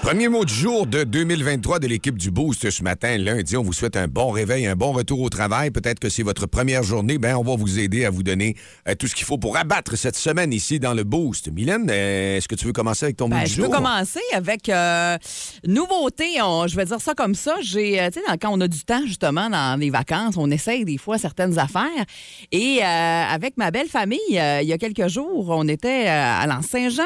Premier mot du jour de 2023 de l'équipe du Boost ce matin, lundi. On vous souhaite un bon réveil, un bon retour au travail. Peut-être que c'est votre première journée. Ben, on va vous aider à vous donner euh, tout ce qu'il faut pour abattre cette semaine ici dans le Boost. Mylène, euh, est-ce que tu veux commencer avec ton Ben, mot du je jour? peux commencer avec euh, nouveauté. On- je vais dire ça comme ça. J'ai, euh, tu sais, dans- quand on a du temps justement dans les vacances, on essaye des fois certaines affaires. Et euh, avec ma belle famille, euh, il y a quelques jours, on était euh, à l'Anse-Saint-Jean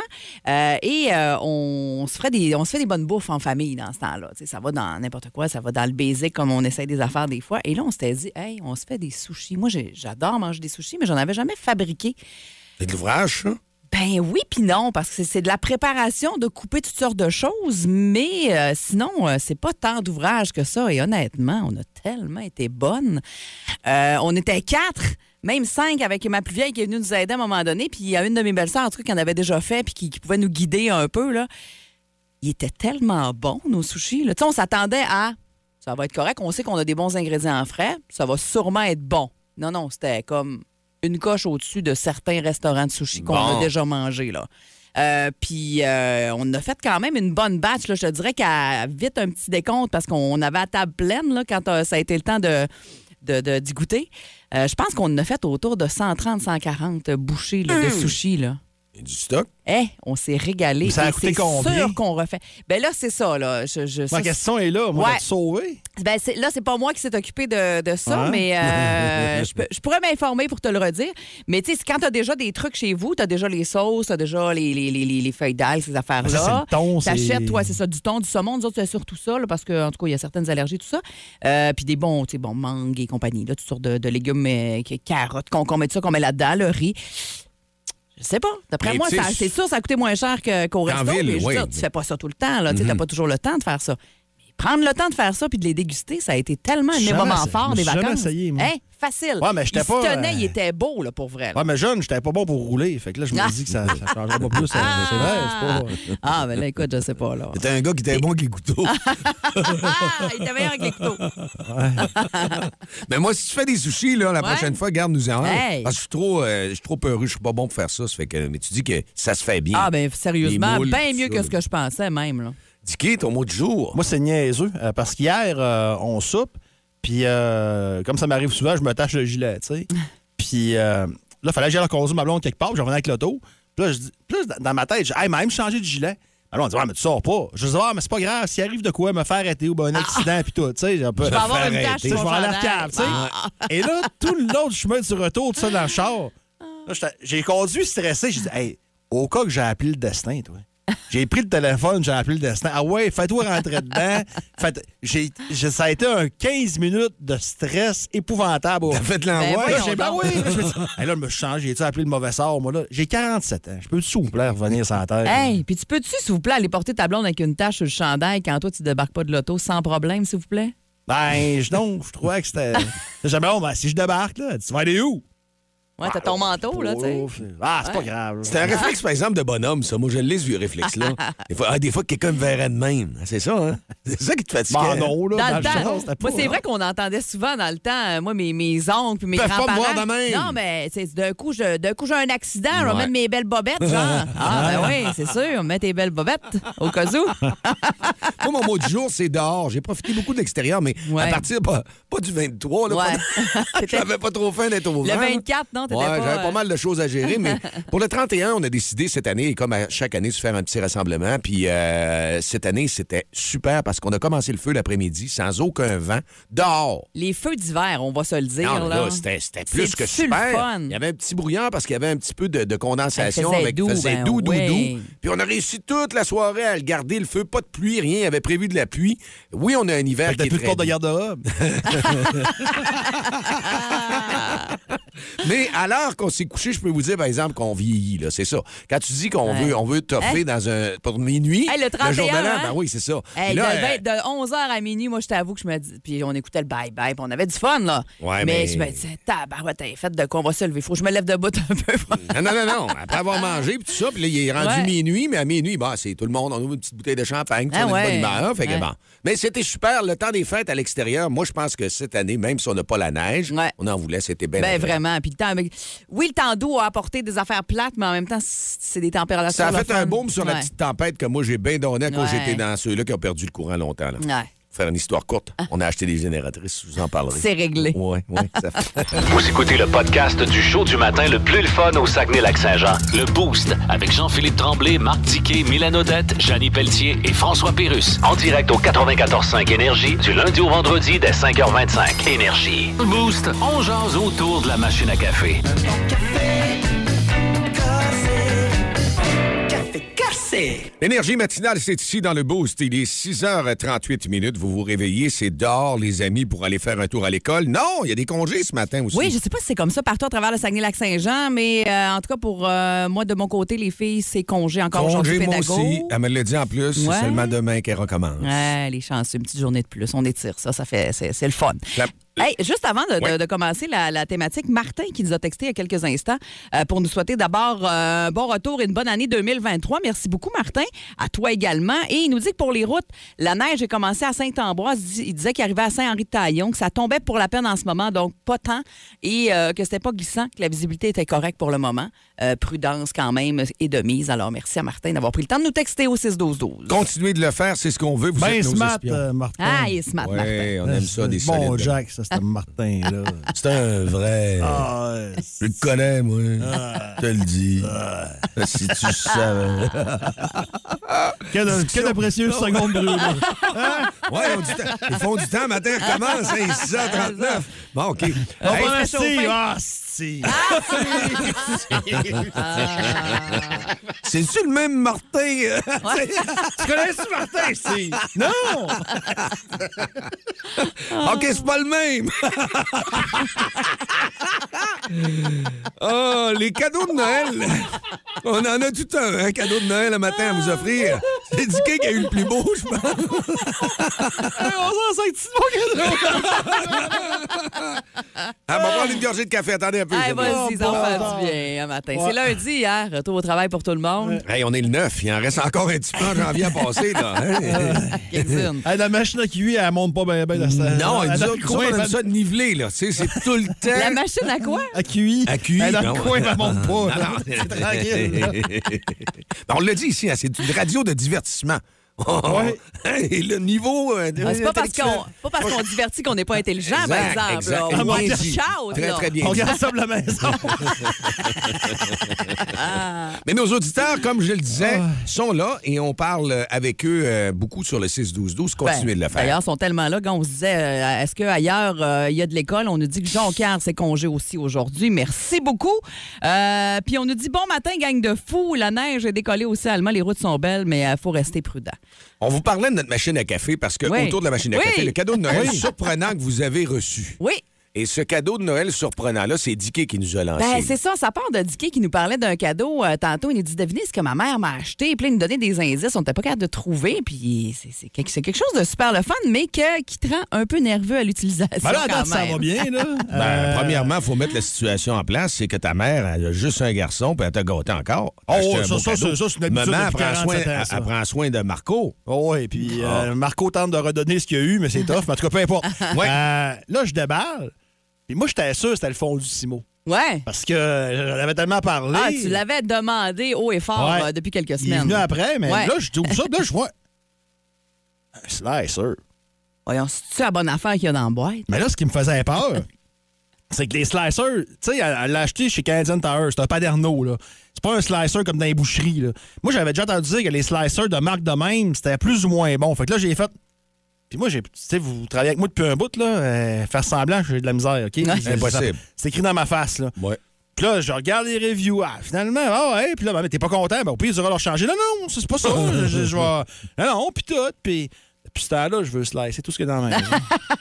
euh, et euh, on se ferait des, on se fait des bonnes bouffes en famille dans ce temps-là. Tu sais, ça va dans n'importe quoi, ça va dans le basic comme on essaye des affaires des fois. Et là, on s'était dit, hey, on se fait des sushis. Moi, j'ai- j'adore manger des sushis, mais j'en avais jamais fabriqué. C'est de l'ouvrage, ça? Ben oui, puis non, parce que c'est- c'est de la préparation de couper toutes sortes de choses, mais euh, sinon, euh, c'est pas tant d'ouvrage que ça. Et honnêtement, on a tellement été bonnes. Euh, on était quatre, même cinq avec ma plus vieille qui est venue nous aider à un moment donné, puis il y a une de mes belles-sœurs, en tout cas, qui en avait déjà fait, puis qui, qui pouvait nous guider un peu, là. Il était tellement bon, nos sushis. là. Tu sais, on s'attendait à ça va être correct. On sait qu'on a des bons ingrédients frais. Ça va sûrement être bon. Non, non, c'était comme une coche au-dessus de certains restaurants de sushi qu'on Bon. a déjà mangés, là. Euh, Puis euh, on a fait quand même une bonne batch. Là, je te dirais qu'à vite un petit décompte parce qu'on avait à table pleine là, quand euh, ça a été le temps de de- de- d'y goûter. Euh, je pense qu'on en a fait autour de 130-140 bouchées là, de Hum. sushi. Là. Il y a du stock. Eh, on s'est régalé. Mais ça a Et coûté c'est combien? sûr qu'on refait. Ben là, c'est ça. Là. Je, je- Ma ça, question est là. Moi, Ouais. t'as sauvé. ben, c'est- là, c'est pas moi qui s'est occupé de, de ça, Hein? mais euh, je, peux- je pourrais m'informer pour te le redire. Mais tu sais, c'est quand t'as déjà des trucs chez vous, t'as déjà les sauces, t'as déjà les, les, les, les- les feuilles d'algues, ces Ben, ça, c'est affaires-là. le thon, c'est- T'achètes, toi, c'est ça, du thon, du saumon. Nous autres, c'est surtout ça, là, parce que, en tout cas, il y a certaines allergies, tout ça. Euh, Puis des bons, tu sais, bon, mangue et compagnie, là, toutes sortes de, de légumes, euh, qui- carottes, qu'on qu'on met tout ça, qu'on met là-dedans, le riz. Je sais pas. D'après Mais moi, tu sais, ça- c'est sûr, ça a coûté moins cher que- qu'au Qu'en resto. ville, mais je veux oui. dire, tu fais pas ça tout le temps, là. Tu sais, Mm-hmm. t'as pas toujours le temps de faire ça. Mais prendre le temps de faire ça puis de les déguster, ça a été tellement un Jamais moment essayé. fort Je des me suis jamais vacances. essayé, moi. Hein? Facile. Ouais, mais j'étais il se pas, tenait, euh, il était beau, là, pour vrai. là. Ouais, mais jeune, j'étais pas bon pour rouler. Fait que là, je Ah. me dis que ça, ça changerait pas plus. ça- C'est vrai, c'est pas. Ah, ben là, écoute, je sais pas, là. C'était un gars qui était bon avec les couteaux. Ah, il était meilleur que les couteaux. Mais Ben, moi, si tu fais des sushis, là, la Ouais. prochaine fois, garde-nous en. Hey. Parce que je suis trop, euh, je suis trop peureux, je suis pas bon pour faire ça. ça fait que, mais tu dis que ça se fait bien. Ah, ben sérieusement, Les moules, bien tout mieux ça, que ce que je pensais, même, là. Dicky, ton mot du jour. Moi, c'est niaiseux. euh, parce qu'hier, euh, on soupe. Puis, euh, comme ça m'arrive souvent, je me tâche le gilet, tu sais. Puis, euh, là, fallait que j'aille reconduire ma blonde quelque part. puis Je revenais avec l'auto. Puis là, je dis, puis là, dans dans ma tête, j'ai hey, m'a même changé de gilet. Ma blonde dit, ouais, mais tu sors pas. Je dis, ah, mais c'est pas grave. S'il arrive de quoi, me faire arrêter ou ben, un accident, puis tout, tu sais. j'ai un peu- Je vais Ah! avoir une Tu tache sais, sur je vais mon aller à la chandail. Ah! cave, tu sais. Et là, tout le long du chemin du retour, tout ça, dans le char, là, j'étais- j'ai conduit stressé. J'ai dit, hey, au cas que j'ai appelé le destin, toi. J'ai pris le téléphone, j'ai appelé le destin. Ah ouais, fais-toi rentrer dedans. Faites- j'ai- j'ai- ça a été un 15 minutes de stress épouvantable. T'as fait Ben, l'envoi. voyons. J'ai dit, ben donc. oui. Là, je me dis, Hey, là, je me change. J'ai-tu appelé le mauvais sort, moi, là? J'ai 47 ans. Je peux-tu, s'il vous plaît, revenir sans terre? Hey, puis tu peux-tu, s'il vous plaît, aller porter ta blonde avec une tache sur le chandail quand toi, tu débarques pas de l'auto sans problème, s'il vous plaît? Ben, je, non, je trouvais que c'était. J'ai dit, bon, ben, si je débarque, là, tu vas aller où? Ouais, t'as ton manteau, là, tu sais. Ah, c'est pas grave. là. C'est un réflexe, par exemple, de bonhomme, ça. Moi, je l'ai, ce vieux réflexe-là. Des fois, ah, des fois quelqu'un me verrait de même. C'est ça, hein? C'est ça qui te fatigue. Ben non, Dans le là. dans le temps, genre, c'était pas- moi, c'est vrai qu'on entendait souvent dans le temps, euh, moi, mes, mes oncles, puis mes hein. Peuvent pas me grands-parents. voir de même. Non, mais c'est- d'un coup, je- d'un coup, j'ai un accident, je vais Ouais. mettre mes belles bobettes, genre. ah, ben oui, c'est sûr, mets tes belles bobettes, au cas où. Moi, mon mot du jour, c'est dehors. J'ai profité beaucoup de l'extérieur, mais Ouais. à partir pas, pas du 23, là, Ouais. pas- j'avais pas trop faim d'être au Le vent. 24, non, t'étais hein? Ouais, pas, j'avais euh, pas mal de choses à gérer, mais pour le 31, on a décidé cette année, comme à chaque année, de se faire un petit rassemblement. Puis euh, cette année, c'était super parce qu'on a commencé le feu l'après-midi sans aucun vent, dehors. Les feux d'hiver, on va se le dire. Non, mais là. là, c'était c'était plus C'est que sur le super. fun. Il y avait un petit brouillard parce qu'il y avait un petit peu de, de condensation. Ça faisait avec, doux, faisait ben doux, doux, oui. doux. Puis on a réussi toute la soirée à le garder, le feu. Pas de pluie, rien. Il avait prévu de la pluie. Oui, on a un hiver Fait que qui t'as est plus de très porte de doux. garde-robe. Mais à l'heure qu'on s'est couché, je peux vous dire, par exemple, qu'on vieillit, là. C'est ça. Quand tu dis qu'on Ouais. veut, on veut toffer Hey. dans un. pour minuit. Hey, le 31, jour de l'an, hein? ben oui, c'est ça. Hey, Là, de, euh, vingt- de 11h à minuit, moi, je t'avoue que je me dis. Puis on écoutait le bye-bye, puis on avait du fun, là. Ouais, mais- je me disais, tabarouette, t'as fait de quoi? On va se lever. Faut que je me lève de bout un peu. Non, non, non, non. Après avoir mangé, puis tout ça, puis là, il est rendu Ouais. minuit, mais à minuit, bah, c'est tout le monde, on ouvre une petite bouteille de champagne, puis Ah on est de bonne ouais. humeur, fait que Ouais. bon. Mais c'était super, le temps des fêtes à l'extérieur. Moi, je pense que cette année, même si on n'a pas la neige, Ouais. on en voulait, c'était bien. Ben agréable. vraiment. Puis le temps, mais- oui, le temps d'eau a apporté des affaires plates, mais en même temps, c- c'est des températures. Ça a Ah, le fait un fun. boom sur la Ouais. petite tempête que moi, j'ai bien donné quand Ouais. j'étais dans ceux-là qui ont perdu le courant longtemps. là. Ouais. Faire une histoire courte, on a acheté des génératrices, je vous en parlerai. C'est réglé. Oui, oui. ça fait- Vous écoutez le podcast du show du matin le plus le fun au Saguenay-Lac-Saint-Jean. Le Boost avec Jean-Philippe Tremblay, Marc Tiquet, Milan Odette, Janine Pelletier et François Pérus. En direct au 94.5 Énergie du lundi au vendredi dès 5h25. Énergie. Le Boost, on jase autour de la machine à café. L'énergie matinale, c'est ici dans le Boost. Il est 6h38 minutes. Vous vous réveillez, c'est dehors, les amis, pour aller faire un tour à l'école. Non, il y a des congés ce matin aussi. Oui, je sais pas si c'est comme ça partout à travers le Saguenay-Lac-Saint-Jean, mais euh, en tout cas, pour euh, moi, de mon côté, les filles, c'est congé encore Congé, aujourd'hui moi pédago. aussi. Elle me l'a dit en plus. Ouais. C'est seulement demain qu'elle recommence. Ouais, les chanceux, une petite journée de plus. On étire ça, ça fait, c'est, c'est le fun. La- Hey, juste avant de, de- Ouais. de commencer la, la thématique, Martin qui nous a texté il y a quelques instants euh, pour nous souhaiter d'abord euh, un bon retour et une bonne année 2023. Merci beaucoup, Martin. À toi également. Et il nous dit que pour les routes, la neige a commencé à Saint-Ambroise. Il dit- Il disait qu'il arrivait à Saint-Henri-de-Taillon, que ça tombait pour la peine en ce moment, donc pas tant, et euh, que c'était pas glissant, que la visibilité était correcte pour le moment. Euh, prudence quand même et de mise. Alors, merci à Martin d'avoir pris le temps de nous texter au 6-12-12. Continuez de le faire, c'est ce qu'on veut. Vous Ben êtes nos smart, espions. euh, Martin. Ah, il est smart, Ouais, Martin. on aime ça, des bon solides. Jack, ça, c'était Martin, là. C'est un vrai. Ah, ouais. Je le connais, moi. Je te le dis. Ah, Si tu savais. Quelle quelle précieuse seconde brûlée. Ouais, ils, ont du temps. ils font du temps. Matin, recommence. Hein, 6h39. Bon, OK. On Hey, va c'est rester, chauffé. Ah, si. C'est-tu le même Martin? euh, Tu connais-tu Martin, si? Non! Ah. OK, c'est pas le même. oh, les cadeaux de Noël. On en a tout un, un cadeau de Noël le matin à vous offrir. C'est du qui a eu le plus beau, je pense. On s'en sait que tu Ah, bon, on va prendre une gorgée de café. Attendez un peu. Hey, c'est bon. vas-y, bon, ça en fait bon. du bien un matin. Oh, Ouais. C'est lundi, hein? Retour au travail pour tout le monde. Hey, on est le 9. Il en reste encore un petit peu en janvier à passer, là. Euh, hein? Quelques-unes. Hey, la machine à cuire, elle monte pas bien, bien dans sa. Non, et nous elle Euh, dans autres, le nous coin, autres, on aime elle- ça nivelé, là. Tu sais, c'est tout le temps. La machine à quoi? À cuire. À cuire, Elle est ben dans le ouais. coin, elle monte pas. Non, non. C'est tranquille. là. Ben, on l'a dit ici, hein, c'est une radio de divertissement. Ouais. Et le niveau. euh, Ah, C'est pas parce intellectuel. qu'on pas parce qu'on divertit qu'on n'est pas intelligent, Exact, par exemple. exact. là. Ah, On va bien dire dit. shout, Très, là. très bien. On dit. garde ça pour la maison. Ah. Mais nos auditeurs, comme je le disais, Ah. sont là et on parle euh, avec eux euh, beaucoup sur le 6-12-12. Ben, Continuez de le faire. D'ailleurs, ils sont tellement là qu'on se disait euh, est-ce qu'ailleurs, il y a de l'école On nous dit que Jonquière, c'est congé aussi aujourd'hui. Merci beaucoup. Euh, puis on nous dit bon matin, gang de fous. La neige est décollée aussi allemand. Les routes sont belles, mais il faut rester prudent. On vous parlait de notre machine à café parce que Oui. autour de la machine à Oui. café, le cadeau de Noël surprenant que vous avez reçu. Oui. Et ce cadeau de Noël surprenant-là, c'est Dicky qui nous a Ah, lancé. Ben, c'est ça, ça part de Dicky qui nous parlait d'un cadeau euh, tantôt. Il nous dit Devinez ce que ma mère m'a acheté. Puis là, il nous donnait des indices, on n'était pas capable de trouver. Puis c'est- c'est quelque, c'est quelque chose de super le fun, mais que, qui te rend un peu nerveux à l'utilisation. Ben là, à quand date, ça même. va bien, là. Ben, Euh, Premièrement, il faut mettre la situation en place. C'est que ta mère, elle a juste un garçon, puis elle t'a gâté encore. Oh, Acheter un ça, beau ça, cadeau. c'est- ça, c'est une habitude Maman depuis prend soin, 47 ans, ça. elle prend soin de Marco. Ah. Oh ouais, puis euh, Marco tente de redonner ce qu'il y a eu, mais c'est tough. Mais en tout cas, peu importe. Ouais. Euh, là, je déballe. Puis moi, j'étais sûr que c'était le fond du Simo. Ouais. Parce que euh, j'en avais tellement parlé. Ah, tu l'avais demandé haut et fort Ouais. euh, depuis quelques Il est semaines. venu après, mais Ouais. là, je trouve ça. puis Là, je vois. Un slicer. Voyons, c'est-tu la bonne affaire qu'il y a dans la boîte? Mais là, ce qui me faisait peur, c'est que les slicers, tu sais, elle elle l'a acheté chez Canadian Tower, c'est un paderno, là. C'est pas un slicer comme dans les boucheries, là. Moi, j'avais déjà entendu dire que les slicers de marque de même, c'était plus ou moins bon. Fait que là, j'ai fait. Puis moi, j'ai, tu sais, vous travaillez avec moi depuis un bout, là, euh, faire semblant, j'ai de la misère, OK? C'est- Impossible. C'est écrit dans ma face, là. Ouais. Puis là, je regarde les reviews. Ah, finalement, ah ouais. Puis là, ben, t'es pas content. Ben, au pire, ils auront leur changer. Non, non, c'est pas ça. je, je vais. Non, non, puis tout. Puis Depuis ce temps-là, je veux slicer tout ce qu'il y a dans la maison.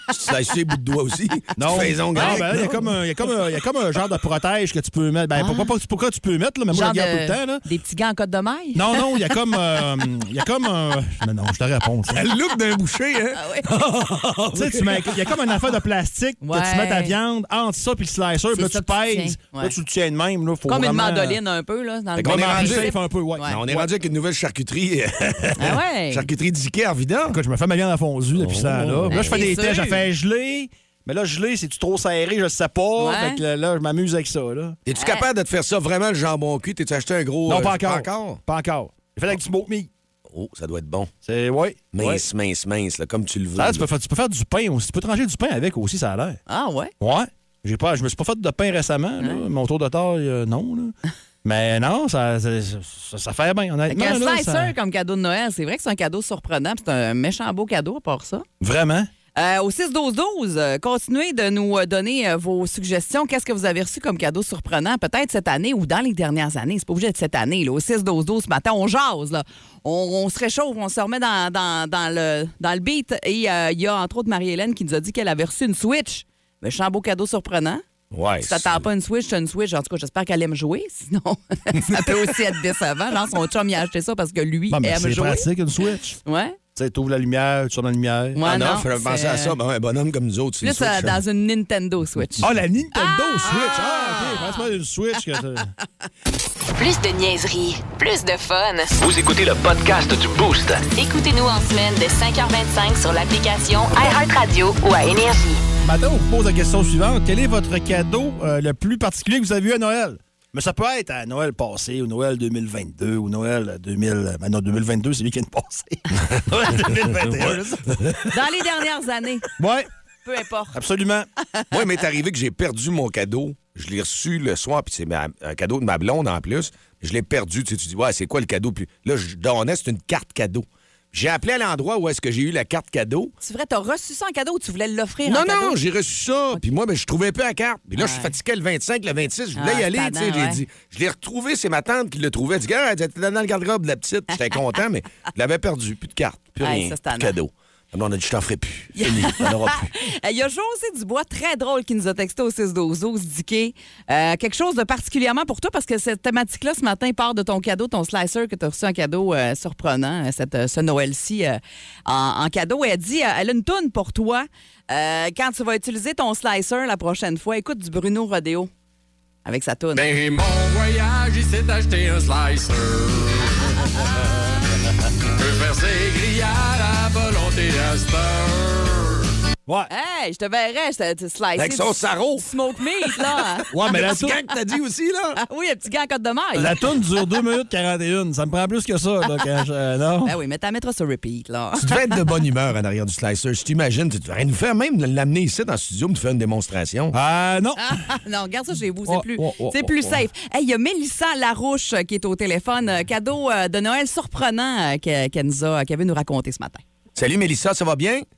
Tu slices les bouts de doigts aussi. Non, Tu fais les non, ongles ben avec, là, il y a non? comme un- il y a comme un- il y a comme un genre de protège que tu peux mettre. Ben, pourquoi, pas- pourquoi tu peux mettre, là, mais moi, je Ah. Genre le garde de- tout le temps. Là. Des petits gants en côte de maille? Non, non, il y a comme. euh, Il y a comme un. Mais non, je te réponds. ça. Elle loupe d'un boucher, hein? Ah oui. Tu sais, tu mets- il y a comme une affaire de plastique que tu Ouais. mets ta viande entre ça puis le slicer, puis là, ça tu que tu pèses. tiens, Là, ouais. tu le tiens de même. Là, faut Comme une vraiment- mandoline un peu, là, dans le Fait qu'on est bon rendu principe. safe un peu, ouais. Ouais. Non, on est rendu avec une nouvelle charcuterie. Ah ouais. Hein? charcuterie d'Ikea, en vidange. Écoute, je me fais ma viande à fondue depuis Oh. ça. Là, là je fais Ben, des c'est tests, je sûr. fais geler. Mais là, geler, c'est-tu trop serré? Je le sais pas. Ouais. Fait que là, là, je m'amuse avec ça. Là. Es-tu capable de te faire ça vraiment le jambon cuit? T'es-tu acheté un gros. non, euh, pas encore. encore? Pas encore. J'ai fait avec du smoke meat. Oh, ça doit être bon. C'est, ouais. ouais. Mince, mince, mince, là, comme tu le veux. Ça a l'air, tu, peux là. faire, tu peux faire du pain aussi. Tu peux trancher du pain avec aussi, ça a l'air. Ah ouais. Ouais. J'ai pas, je me suis pas fait de pain récemment. là. Mon tour de taille, euh, non. là. Mais non, ça, ça, ça- ça fait bien, Fait honnêtement. qu'un là, slicer ça- comme cadeau de Noël, c'est vrai que c'est un cadeau surprenant, puis c'est un méchant beau cadeau à part ça. Vraiment. Euh, au 6-12-12, euh, continuez de nous euh, donner euh, vos suggestions. Qu'est-ce que vous avez reçu comme cadeau surprenant, peut-être cette année ou dans les dernières années? C'est pas obligé de cette année. Là. Au 6-12-12, ce matin, on jase. Là. On, on se réchauffe, on se remet dans, dans- dans le, dans le beat. Et euh, il y a entre autres Marie-Hélène qui nous a dit qu'elle avait reçu une Switch. Méchant beau cadeau surprenant. Ouais. Si t'attends pas une Switch, t'as une Switch. En tout cas, j'espère qu'elle aime jouer. Sinon, ça peut aussi être décevant. Genre, son chum, il a acheté ça parce que lui Bon, mais aime c'est jouer. pratique, une Switch. tu Ouais. sais, t'ouvres la lumière, tu sors la lumière. Ouais, Ah non, non, je faisais penser c'est- à ça. Ben, un bonhomme comme nous autres, c'est une Plus euh, Switch, hein. dans une Nintendo Switch. Ah, la Nintendo Switch! Ah, ok. Pense pas une Switch que ça- Plus de niaiserie, plus de fun. Vous écoutez le podcast du Boost. Écoutez-nous en semaine de 5h25 sur l'application iHeartRadio ou à Énergie. Matin, on vous pose la question suivante. Quel est votre cadeau euh, le plus particulier que vous avez eu à Noël? Mais ça peut être à Noël passé, ou Noël 2022, ou Noël 2000. Ben non, 2022, c'est le week-end passé. Noël 2021. je sais Dans les dernières années, pas. ouais, peu importe. absolument. Moi, il m'est arrivé que j'ai perdu mon cadeau. Je l'ai reçu le soir, puis c'est ma- un cadeau de ma blonde en plus. Je l'ai perdu. Tu, sais, tu dis, ouais, c'est quoi le cadeau? Puis là, je donnais, c'est une carte cadeau. J'ai appelé à l'endroit où est-ce que j'ai eu la carte cadeau. C'est vrai, t'as reçu ça en cadeau ou tu voulais l'offrir Non, en cadeau? non, j'ai reçu ça. Puis moi, ben, je trouvais pas la carte. Puis là, je suis Ouais. fatigué le 25, le 26. Je voulais Ah, y aller. c'est tu sais, tannant, j'ai ouais. dit. Je l'ai retrouvé. C'est ma tante qui le trouvait. Elle dit, ah, elle était dans le garde-robe de la petite. J'étais content, mais je l'avais perdu. Plus de carte, plus Ouais, rien. ça, plus c'est de tannant. cadeau. La blonde a dit, je t'en ferai plus. Fini, t'en auras plus. Euh, Il y a José Dubois, très drôle, qui nous a texté au 6-12-12, Dicky. Euh, quelque chose de particulièrement pour toi, parce que cette thématique-là, ce matin, part de ton cadeau, ton slicer que tu as reçu en cadeau euh, surprenant, euh, cette, euh, ce Noël-ci euh, en, en cadeau. Elle dit, euh, elle a une toune pour toi. Euh, quand tu vas utiliser ton slicer la prochaine fois, écoute du Bruno Rodeo avec sa toune. Ben mon voyage, il s'est acheté un slicer. Peut faire ses grillades à volonté à cette heure. Ouais. Hey, je te verrais, je te, te slicer Avec son du- sarrau. du Smoke meat, là. Ouais, mais la C'est toune, quand que t'as dit aussi, là? Ah oui, un petit gars en côte de maille. la toune dure 2 minutes 41. Ça me prend plus que ça, là, quand je- euh, non? Ben oui, mais t'as mettra sur repeat, là. Tu devais être de bonne humeur en arrière du slicer. Je t'imagine, tu devrais nous faire même l'amener ici dans le studio, nous faire une démonstration. Ah, non. Ah, non, regarde ça chez vous, Ouais, c'est plus, ouais, ouais, c'est ouais, plus ouais. safe. Hey, Il y a Mélissa Larouche euh, qui est au téléphone. Euh, Cadeau euh, de Noël surprenant euh, que- qu'elle nous a- qu'elle veut nous raconter ce matin. Salut Mélissa, ça va bien?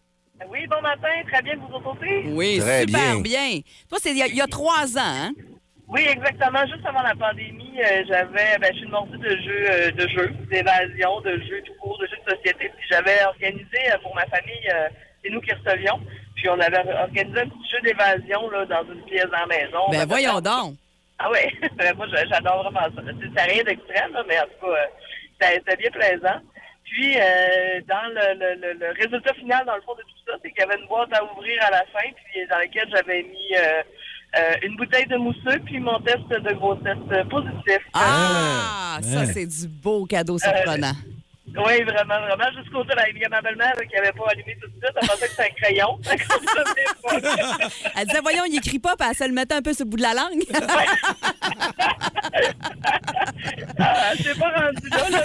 Oui, bon matin, très bien vous autres aussi. Oui, Très super bien. bien. Toi, c'est il y, a- il y a trois ans, hein? Oui, exactement. Juste avant la pandémie, euh, j'avais, ben, je suis une mordue de jeux, euh, de jeux, d'évasion, de jeux tout court, de jeux de société. Puis j'avais organisé euh, pour ma famille, euh, c'est nous qui recevions. Puis on avait organisé un petit jeu d'évasion là dans une pièce dans la maison. ben On voyons avait- donc. Ah ouais, Ben, moi je- j'adore vraiment ça. C'est- C'est rien d'extrême, là, mais en tout cas, euh, c'était c'était bien plaisant. Puis euh, dans le, le- le- le résultat final, dans le fond de tout ça, c'est qu'il y avait une boîte à ouvrir à la fin, puis dans laquelle j'avais mis euh, euh, une bouteille de mousseux, puis mon test de grossesse positif. Ah, Eh ouais. ça, c'est du beau cadeau surprenant. Oui, vraiment, vraiment. Jusqu'au de il y a ma belle-mère qui n'avait pas allumé tout de suite, elle pensait que c'était un crayon. Euh, Elle disait, voyons, il écrit pas, puis elle se le mettait un peu sur le bout de la langue. Ah, elle s'est pas rendue là, là,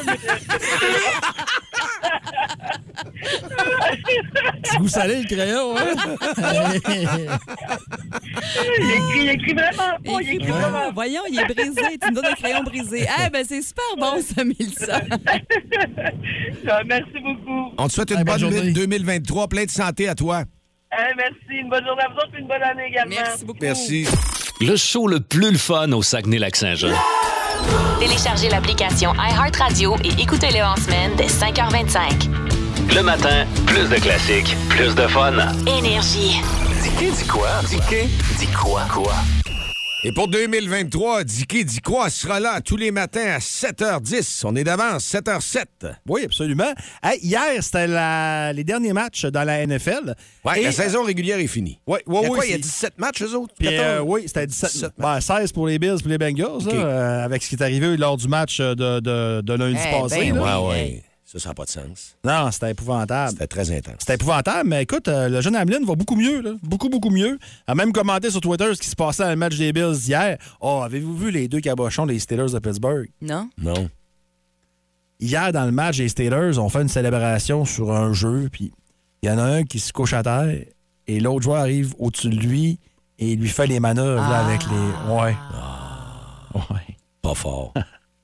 mais... Petit goût salé, le crayon, hein? Il écrit, il écrit vraiment pas, il écrit pas. vraiment pas. Voyons, il est brisé. Tu nous donnes un crayon brisé. Eh ben, c'est super bon, ça, Mélissa. Ah, Merci beaucoup. On te souhaite une Ouais, bonne bonne journée. lutte 2023, plein de santé à toi. Ah, merci, une bonne journée à vous autres, puis une bonne année également. Merci beaucoup. Merci. Le show le plus le fun au Saguenay-Lac-Saint-Jean. Téléchargez l'application iHeartRadio et écoutez-le en semaine de 5h25. Le matin, plus de classiques, plus de fun. Énergie. Dis-qui, dis quoi? Dis-qui, dis quoi? Quoi? Et pour 2023, Dicky Dicois sera là tous les matins à 7h10. On est d'avance, 7h07. Oui, absolument. Hey, hier, c'était la- les derniers matchs dans la NFL. Ouais, Et- la saison régulière est finie. Ouais, ouais, il y a ouais, quoi, il y a c'est- 17 matchs, eux autres? Puis, 14? euh, oui, c'était 17. 17. Ben, 16 pour les Bills et les Bengals, là, OK. euh, avec ce qui est arrivé lors du match euh, de, de- de lundi Eh passé. ben là. oui. Ouais, hey. ouais. Ça, ça n'a pas de sens. Non, c'était épouvantable. C'était très intense. C'était épouvantable, mais écoute, euh, le jeune Hamlin va beaucoup mieux, là. beaucoup, beaucoup mieux. A même commenté sur Twitter ce qui se passait à le match des Bills hier. Oh, avez-vous vu les deux cabochons des Steelers de Pittsburgh? Non? Non. Hier, dans le match, les Steelers ont fait une célébration sur un jeu, puis il y en a un qui se couche à terre, et l'autre joueur arrive au-dessus de lui et il lui fait les manœuvres là, avec Ah. les. Ouais. Ouais. Ah. Pas fort.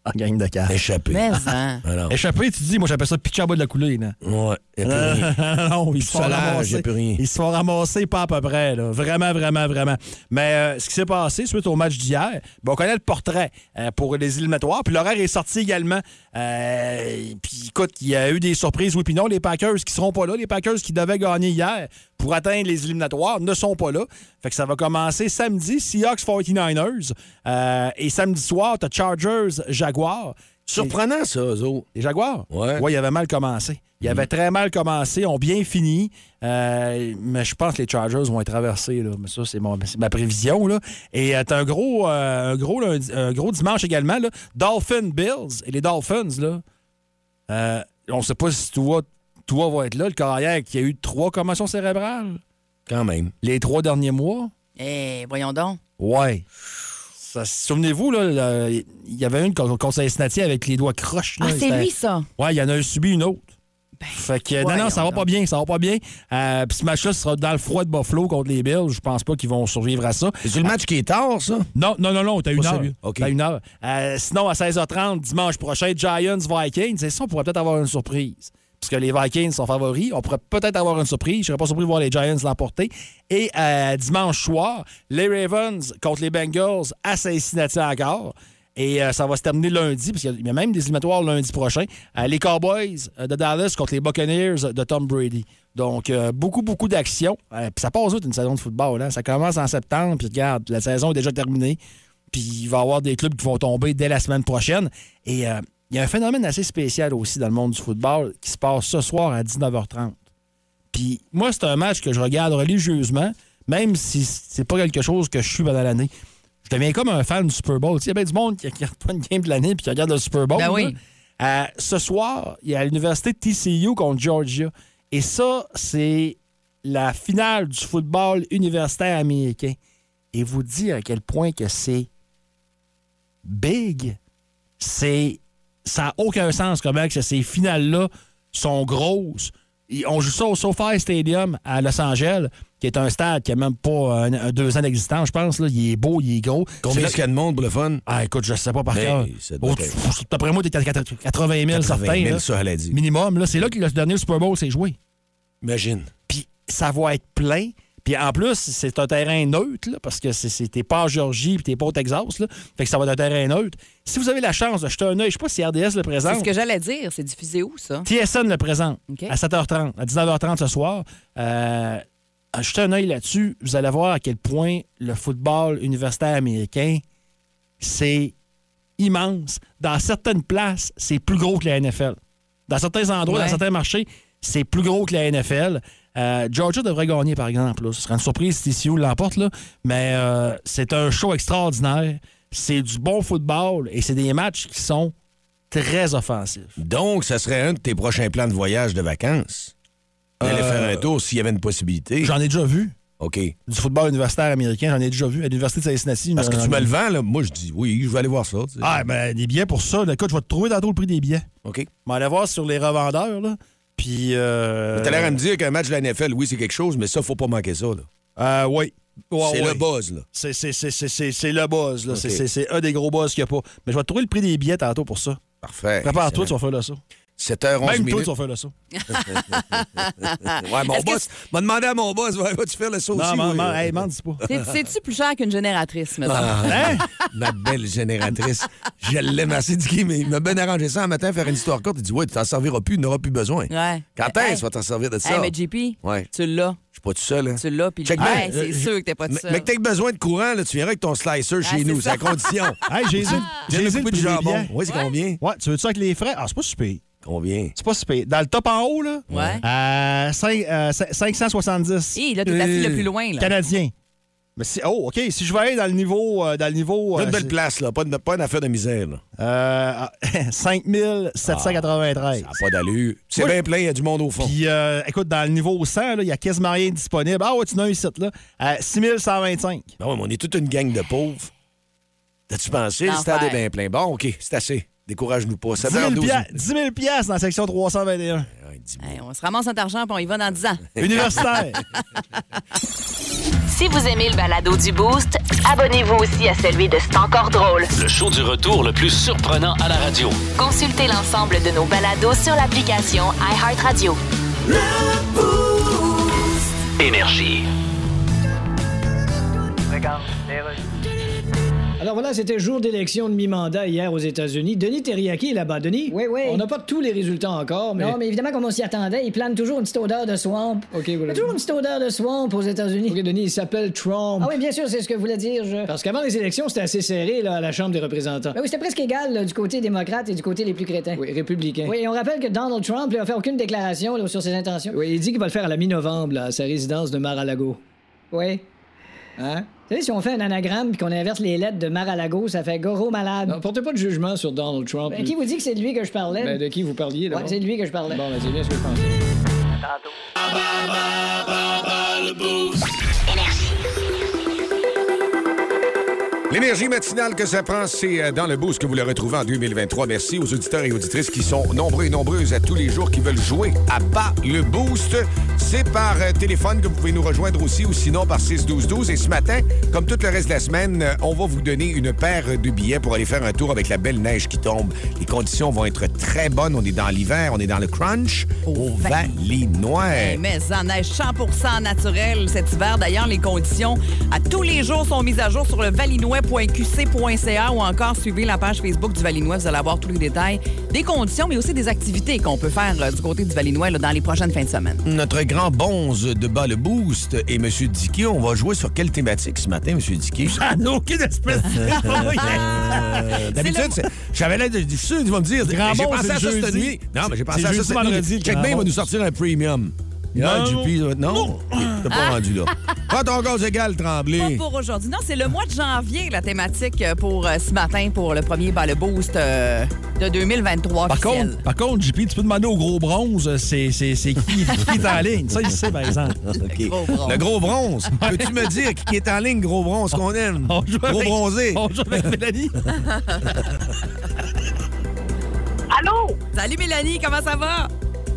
En Ah, gang de cash. Échappé. Mais, hein. Alors, Échappé, tu dis, moi j'appelle ça pitch à bas de la coulée. Là. ouais, y a plus rien. non, ils Plus de se font solage, y ramasser. a plus rien. Ils se font ramasser pas à peu près. là. Vraiment, vraiment, vraiment. Mais euh, ce qui s'est passé suite au match d'hier, ben, on connaît le portrait euh, pour les éliminatoires. Puis l'horaire est sorti également. Euh, puis écoute, il y a eu des surprises. Oui, puis non, les Packers qui seront pas là, les Packers qui devaient gagner hier pour atteindre les éliminatoires ne sont pas là. Fait que ça va commencer samedi, Seahawks 49ers. Euh, et samedi soir, tu Chargers, Jaguars. Surprenant, ça, eux autres. Les Jaguars? Ouais. Mm. Oui, il avait mal commencé. Il avait très mal commencé, ont bien fini. Euh, mais je pense que les Chargers vont être traversés. Là. Mais ça, c'est mon- c'est ma prévision. Là. Et euh, t'as un gros, euh, un, gros lundi- un gros dimanche également. Là. Dolphin Bills et les Dolphins. Là, euh, on ne sait pas si Tua, Tua va être là. Le carrière qui a eu trois commotions cérébrales Quand même. les trois derniers mois. Eh, voyons donc. Ouais. Ça- Souvenez-vous, là, le- il y avait une con- contre Cincinnati avec les doigts croches. là. Ah, Il c'est était- lui, ça. Ben, Ouais, il y en a subi une autre. fait que, non, non, ça va voyons pas bien, ça va pas bien. Euh, Puis ce match-là sera dans le froid de Buffalo contre les Bills. Je pense pas qu'ils vont survivre à ça. C'est le match qui est tard, ça? Non, non, non, non, t'as une heure. sérieux. OK. T'as une heure. Euh, sinon, à 16h30, dimanche prochain, Giants-Vikings. Et ça, on pourrait peut-être avoir une surprise. Parce que les Vikings sont favoris. On pourrait peut-être avoir une surprise. Je serais pas surpris de voir les Giants l'emporter. Et euh, dimanche soir, les Ravens contre les Bengals à Cincinnati encore. Et euh, ça va se terminer lundi, parce qu'il y a même des éliminatoires lundi prochain. Euh, les Cowboys euh, de Dallas contre les Buccaneers de Tom Brady. Donc, euh, beaucoup, beaucoup d'actions. Euh, puis ça passe vite une saison de football. hein. Ça commence en septembre, puis regarde, la saison est déjà terminée. Puis il va y avoir des clubs qui vont tomber dès la semaine prochaine. Et euh, il y a un phénomène assez spécial aussi dans le monde du football qui se passe ce soir à 19h30. Puis moi, c'est un match que je regarde religieusement, même si c'est pas quelque chose que je suis pendant l'année. Je deviens comme un fan du Super Bowl. Tu sais, Il y a bien du monde qui regarde pas une game de l'année puis qui regarde le Super Bowl. Ben là. oui. Euh, ce soir, il y a l'université de TCU contre Georgia. Et ça, c'est la finale du football universitaire américain. Et vous dire à quel point que c'est big, c'est ça n'a aucun sens comment que ces finales-là sont grosses. Et on joue ça au SoFi Stadium à Los Angeles, qui est un stade qui n'a même pas un, un deux ans d'existence, je pense. Là. Il est beau, il est gros. C'est Combien là- est-ce qu'il y a de monde pour le fun? Ben, Ah, écoute, je ne sais pas par Mais cœur. ça doit Oh, être- tu- D'après moi, t'es à 80 000, 80 certains. 000, là, ça, elle a dit. Minimum. Là, c'est là que le dernier Super Bowl s'est joué. Imagine. Puis ça va être plein. Puis en plus, c'est un terrain neutre, là, parce que c'est- c'est- t'es pas en Georgie puis t'es pas au Texas. Là, fait que ça va être un terrain neutre. Si vous avez la chance de jeter un œil, je sais pas si RDS le C'est présente. ce que j'allais dire. C'est diffusé où, ça? TSN le présente OK. à 7h30, à 19h30 ce soir. Euh, jetez un œil là-dessus. Vous allez voir à quel point le football universitaire américain, c'est immense. Dans certaines places, c'est plus gros que la NFL. Dans certains endroits, Ouais. dans certains marchés, c'est plus gros que la NFL. Euh, Georgia devrait gagner, par exemple. là. Ce serait une surprise si TCU l'emporte, là. mais euh, c'est un show extraordinaire. C'est du bon football et c'est des matchs qui sont très offensifs. Donc, ça serait un de tes prochains plans de voyage de vacances. D'aller Euh, faire un tour s'il y avait une possibilité. J'en ai déjà vu. OK. Du football universitaire américain, j'en ai déjà vu. À l'Université de Cincinnati. Parce que une- tu me le vends, là. Moi, je dis oui, je vais aller voir ça. tu sais. Ah, ben, des billets pour ça. là. Écoute, je vais te trouver tantôt le prix des billets. OK. Je vais aller voir sur les revendeurs, là. Puis. Euh... T'as l'air à me dire qu'un match de la NFL, oui, c'est quelque chose, mais ça, faut pas manquer ça, là. Euh, oui. Ouais, c'est ouais. le buzz, là. C'est- c'est- C'est c'est- c'est- c'est le buzz, là. OK. C'est- C'est c'est un des gros buzz qu'il n'y a pas. Mais je vais te trouver le prix des billets tantôt pour ça. Parfait. Prépare-toi, tu vas faire là ça. 7h11 Même toi, minutes. tu vas faire le saut. Ouais, mon Est-ce que boss m'a demandé à mon boss, Ouais, vas-tu faire le saut aussi? Non, m'en- oui? m'en- hey, m'en dis pas. C'est- C'est-tu plus cher qu'une génératrice, mettons? Hein? Ma belle génératrice. Je l'aime assez, Dicky, mais il m'a bien arrangé ça un matin, faire une histoire courte. Il dit, ouais, tu t'en serviras plus, tu n'auras plus besoin. Ouais. Quand est-ce que Mais, hey, tu vas t'en servir de ça? Hey, mais JP, Ouais. tu l'as. Je suis pas tout seul, hein. Tu l'as, puis Check bien. Hey, c'est Euh, sûr que t'es pas tout Mais, seul. Ah, mais que t'aies besoin de courant, là, tu viendras avec ton slicer chez c'est nous, c'est ça. Ah. la condition. Hey, j'ai J'ai j'ai le le couper du premier jambon. billet. Oui, c'est combien? Ouais, tu veux ça avec les frais? Ah, c'est pas super. Combien? C'est pas super. Dans le top en haut, là, Ouais. à cinq- euh, cin- 570 Hi, là, t'es assis Euh, le plus loin, là. canadiens. Mais si, oh, OK, si je vais aller dans le niveau... euh, dans le niveau Pas euh, une belle place, là. Pas, de, pas une affaire de misère, là. euh, 5793. Ah, Ça n'a pas d'allure. C'est Moi, bien plein, il y a du monde au fond. Puis, euh, écoute, dans le niveau 100, là, il y a quasiment rien de disponible. Ah ouais, tu n'as un site, là. À 6125. Non, Ben mais on est toute une gang de pauvres. T'as-tu pensé? Le stade est L'enfer. bien plein. Bon, OK, c'est assez. Décourage-nous pas. 10 000, 7h12. pia- 10 000 piastres dans la section 321. Ouais, dis- Hey, on se ramasse notre argent, puis on y va dans 10 ans. Universitaire. Si vous aimez le balado du Boost, abonnez-vous aussi à celui de C'est encore drôle. Le show du retour le plus surprenant à la radio. Consultez l'ensemble de nos balados sur l'application iHeartRadio. Énergie. Alors voilà, c'était jour d'élection de mi-mandat hier aux États-Unis. Denis Terriaki est là-bas. Denis? Oui, oui. On n'a pas tous les résultats encore, mais. Non, mais évidemment, comme on s'y attendait, ils planent toujours une petite odeur de swamp. OK, Il y voilà. a toujours une petite odeur de swamp aux États-Unis. OK, Denis, il s'appelle Trump. Ah oui, bien sûr, c'est ce que voulait dire je. Parce qu'avant les élections, c'était assez serré, là, à la Chambre des représentants. Ben oui, c'était presque égal là, du côté démocrate et du côté les plus crétins. Oui, républicain. Oui, et on rappelle que Donald Trump n'a fait aucune déclaration là, sur ses intentions. Oui, il dit qu'il va le faire à la mi-novembre, là, à sa résidence de Mar-a-Lago. Oui. Hein? Vous savez, si on fait un anagramme puis qu'on inverse les lettres de Mar-a-Lago, ça fait Goro malade. Non, portez pas de jugement sur Donald Trump. Ah, Ben, qui vous dit que c'est de lui que je parlais? Ben, de qui vous parliez, là? Ouais, c'est de lui que je parlais. Bon, ben, c'est bien ce que je pensais. L'énergie matinale que ça prend, c'est euh, dans le boost que vous le retrouvez en 2023. Merci aux auditeurs et auditrices qui sont nombreux et nombreuses à tous les jours qui veulent jouer à bas le boost. C'est par euh, téléphone que vous pouvez nous rejoindre aussi ou sinon par 612-12. Et ce matin, comme tout le reste de la semaine, euh, on va vous donner une paire de billets pour aller faire un tour avec la belle neige qui tombe. Les conditions vont être très bonnes. On est dans l'hiver, on est dans le crunch au vin. Valinois. Hey, mais en neige 100 naturel cet hiver. D'ailleurs, les conditions à tous les jours sont mises à jour sur le valinois.qc.ca ou encore suivez la page Facebook du Valinois. Vous allez avoir tous les détails des conditions, mais aussi des activités qu'on peut faire euh, du côté du Valinois là, dans les prochaines fins de semaine. Notre grand bonze de bas le boost et M. Dicky, on va jouer sur quelle thématique ce matin, M. Dicky? Ah, non, aucune espèce Oh, Euh, D'habitude, c'est- j'avais l'air de je suis sûr, tu vas me dire. Grand J'ai bonze, pensé c'est à ça le cette jeudi. nuit. Non, mais j'ai C'est pensé à le ça jeudi, cette nuit. vendredi, le Check grand bien, il va nous bonze. sortir un premium. Ah, Non. Ah. Juppy, ça va être- non? T'as pas rendu là. Prends ton gaz égal, Pas Tremblay. pour aujourd'hui. Non, c'est le mois de janvier, la thématique euh, pour euh, ce matin, pour le premier Bas le Boost euh, de 2023 Par officiel. contre, par contre, JP, tu peux demander au gros bronze euh, c'est c'est- c'est qui, qui est en ligne. Ça, il sait, par exemple. OK. gros bronze. Le gros bronze. Peux-tu me dire qui est en ligne, gros bronze, qu'on aime? On joue Gros avec- bronzé. On joue avec Mélanie. Allô? Salut Mélanie, comment ça va?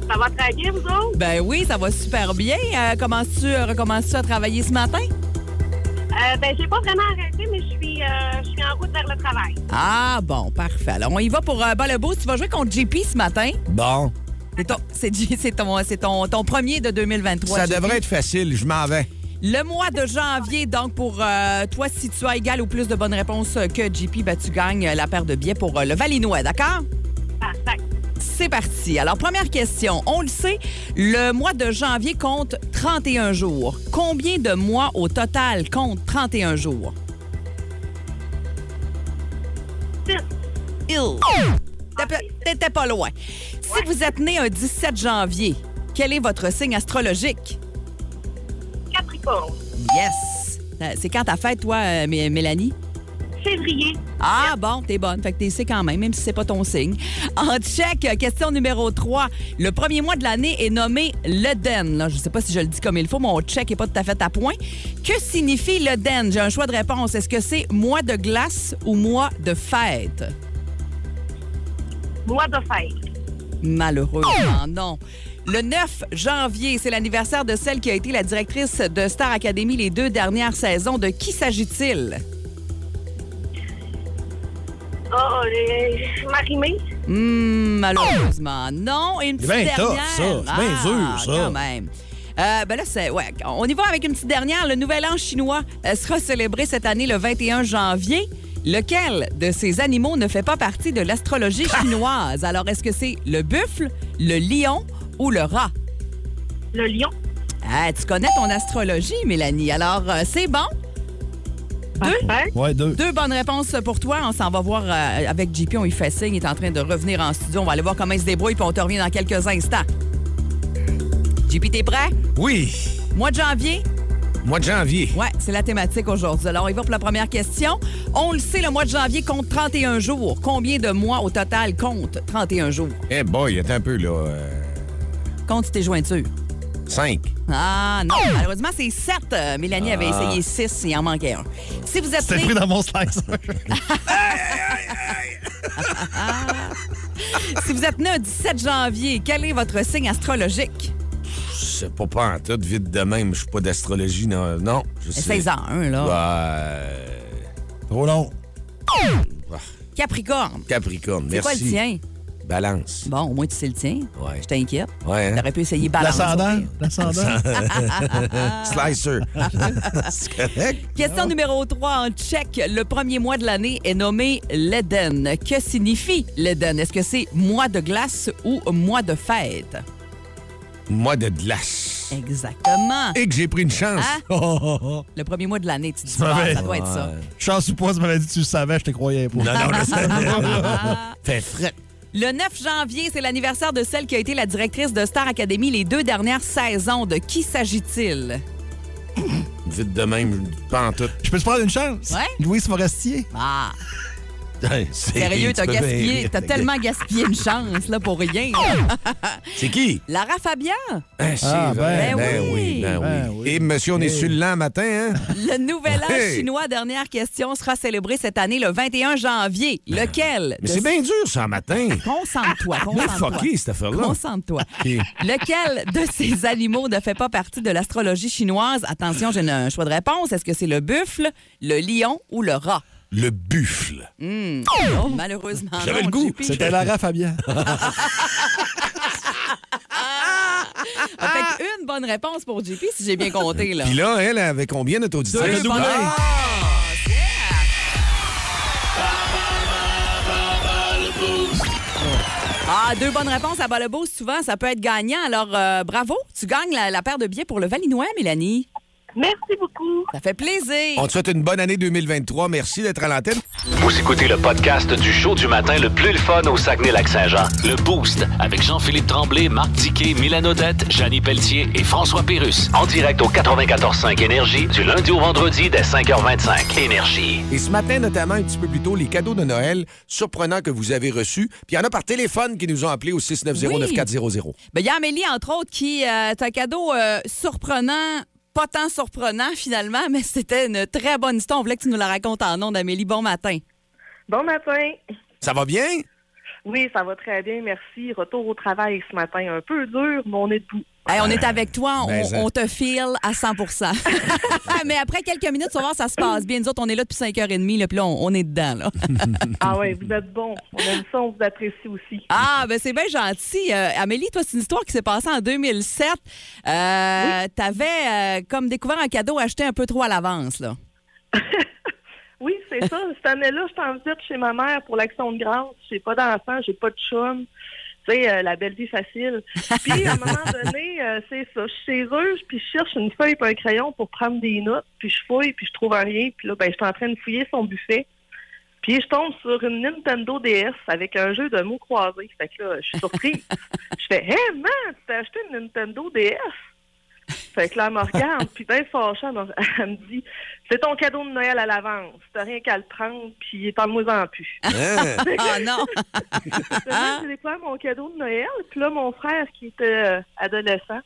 Ça va très bien, vous autres? Ben oui, ça va super bien. Euh, commences-tu, euh, recommences-tu à travailler ce matin? Euh, ben, j'ai pas vraiment arrêté, mais je suis, euh, je suis en route vers le travail. Ah bon, parfait. Alors, on y va pour euh, Bas le Boost. Tu vas jouer contre JP ce matin. Bon, C'est ton, c'est J- c'est ton, c'est ton- ton premier de 2023. ça JP. devrait être facile. Je m'en vais. Le mois de janvier, donc, pour euh, toi, si tu as égal ou plus de bonnes réponses que JP, ben, tu gagnes euh, la paire de billets pour euh, le Valinois, d'accord? Parfait. C'est parti. Alors, première question. On le sait, le mois de janvier compte 31 jours. Combien de mois au total compte 31 jours? Six. Il. T'étais- T'étais pas loin. Si vous êtes né un 17 janvier, quel est votre signe astrologique? Capricorne. Yes. Euh, C'est quand ta fête, toi, euh, Mé- Mélanie? Février. Ah bon, t'es bonne. Fait que t'es sais quand même, même si c'est pas ton signe. En check, euh, question numéro 3. Le premier mois de l'année est nommé l'Eden. Là, je sais pas si je le dis comme il faut, mon check est pas tout à fait à point. Que signifie l'Eden? J'ai un choix de réponse. Est-ce que c'est mois de glace ou mois de fête? Mois de fête. Malheureusement, non. Le 9 janvier, c'est l'anniversaire de celle qui a été la directrice de Star Academy les deux dernières saisons. De qui s'agit-il? Oh, euh, Marimé. Hmm, malheureusement, non. Et une C'est petite bien tough, dernière. ça. C'est bien Ah, dur, ça. Quand même. Euh, ben là, c'est. Ouais, on y va avec une petite dernière. Le Nouvel An chinois euh, sera célébré cette année le 21 janvier. Lequel de ces animaux ne fait pas partie de l'astrologie chinoise? Alors, est-ce que c'est le buffle, le lion ou le rat? Le lion. Ah, tu connais ton astrologie, Mélanie. Alors, euh, c'est bon. Parfait. Ouais, deux. Deux bonnes réponses pour toi. On s'en va voir euh, avec JP. On y fait signe. Il est en train de revenir en studio. On va aller voir comment il se débrouille, puis on te revient dans quelques instants. JP, t'es prêt? Oui, Mois de janvier? mois de janvier. Ouais, c'est la thématique aujourd'hui. Alors, on y va pour la première question. On le sait, le mois de janvier compte 31 jours. Combien de mois au total compte 31 jours? Eh boy, attends un peu, là. euh, Compte tes jointures. cinq. Ah non, malheureusement, c'est 7. Mélanie avait Ah. essayé 6, il en manquait un. Si vous êtes C'était né- pris dans mon slice. si vous êtes né le 17 janvier, quel est votre signe astrologique? Je sais pas, pas en tout, vite de même. Je suis pas d'astrologie, non. Non, je sais. 16 ans, hein, là. Ouais. Ah, Trop long. Capricorne. Capricorne, C'est merci. quoi le tien? Balance. Bon, au moins tu sais le tien. Ouais. Je t'inquiète. Ouais, hein? T'aurais pu essayer balance. L'ascendant. au pire. L'ascendant. Slicer. C'est correct? Question numéro 3 en tchèque. Le premier mois de l'année est nommé l'Éden. Que signifie l'Éden? Est-ce que c'est mois de glace ou mois de fête? Mois de glace. Exactement. Et que j'ai pris une chance. Hein? Oh, Le premier mois de l'année, tu te dis, ah, mauvais. ça doit être ça. Chance ou pas, tu m'avais dit que tu le savais, je te croyais pas. Non, non, je sais. Fait fret. Le 9 janvier, c'est l'anniversaire de celle qui a été la directrice de Star Academy les deux dernières saisons. De qui s'agit-il? Vite de même, pas en tout. Je peux te prendre une chance? Ouais. Louise Forestier. Ah, C'est- sérieux, t'as tu peux bien gaspillé, rire. t'as tellement gaspillé une chance, là, pour rien. C'est qui? Lara Fabian, Ah, c'est Ah, vrai. ben ben oui. oui, ben Ben oui. oui. Et monsieur, on est sur le lent matin, hein? le nouvel an Hey! chinois, dernière question, sera célébré cette année le 21 janvier. Lequel? Ben, Mais de- c'est bien Ah, dur, ça, en matin. Concentre-toi, Moi, concentre-toi. fucké, cette affaire-là. Concentre-toi. Lequel de ces animaux ne fait pas partie de l'astrologie chinoise? Attention, j'ai une- un choix de réponse. Est-ce que c'est le buffle, le lion ou le rat? Hmm. Oh, Le buffle. Non, malheureusement. J'avais non, le goût. JP. C'était Lara Fabien. Ah, fait que une bonne réponse pour JP, si j'ai bien compté. Là. Puis là, elle, elle avait combien, notre auditeur? Deux Le double. bonnes Ah! réponses. Yeah! Ah, deux bonnes réponses à Balebo, souvent, ça peut être gagnant. Alors, euh, bravo, tu gagnes la, la paire de billets pour le Valinois, Mélanie. Merci beaucoup. Ça fait plaisir. On te souhaite une bonne année 2023. Merci d'être à l'antenne. Vous écoutez le podcast du show du matin le plus le fun au Saguenay-Lac-Saint-Jean. Le Boost avec Jean-Philippe Tremblay, Marc Tiquet, Milan Odette, Janine Pelletier et François Pérus. En direct au 94.5 Énergie du lundi au vendredi dès 5h25. Énergie. Et ce matin, notamment, un petit peu plus tôt, les cadeaux de Noël surprenants que vous avez reçus. Puis il y en a par téléphone qui nous ont appelés au 690-9400. Ben, il y a Amélie, entre autres, qui euh, t'a un cadeau euh, surprenant, pas tant surprenant finalement, mais c'était une très bonne histoire. On voulait que tu nous la racontes en nom d'Amélie. Bon matin. Bon matin. Ça va bien? Oui, ça va très bien, merci. Retour au travail ce matin, un peu dur, mais on est debout. Hey, on est avec toi, on, Ben, hein. ça- on te file à 100 Mais après quelques minutes, tu vas voir, ça se passe bien. Nous autres, on est là depuis 5h30, là, puis là, on, on est dedans. Là. Ah ouais, vous êtes bons. On aime ça, on vous apprécie aussi. Ah, ben c'est bien gentil. Euh, Amélie, toi, c'est une histoire qui s'est passée en 2007. Euh, T'avais euh, comme découvert un cadeau acheté un peu trop à l'avance. là. Oui, c'est ça. Cette année-là, je t'en visite chez ma mère pour l'action de grâce. J'ai pas d'enfant, j'ai pas de chum. Tu sais, euh, la belle vie facile. Puis, à un moment donné, euh, c'est ça. Je suis chez eux, puis je cherche une feuille et un crayon pour prendre des notes. Puis, je fouille, puis je trouve rien. Puis là, ben, je suis en train de fouiller son buffet. Puis, je tombe sur une Nintendo DS avec un jeu de mots croisés. Fait que là, je suis surprise. je fais Hé, man, tu t'as acheté une Nintendo DS? Fait que là, elle me regarde, puis bien fâchée, elle me, elle me dit C'est ton cadeau de Noël à l'avance. T'as rien qu'à le prendre, puis parle-moi en plus. Hein? Ah non! Fait que là, J'ai découvert mon cadeau de Noël, puis là, mon frère, qui était euh, adolescent,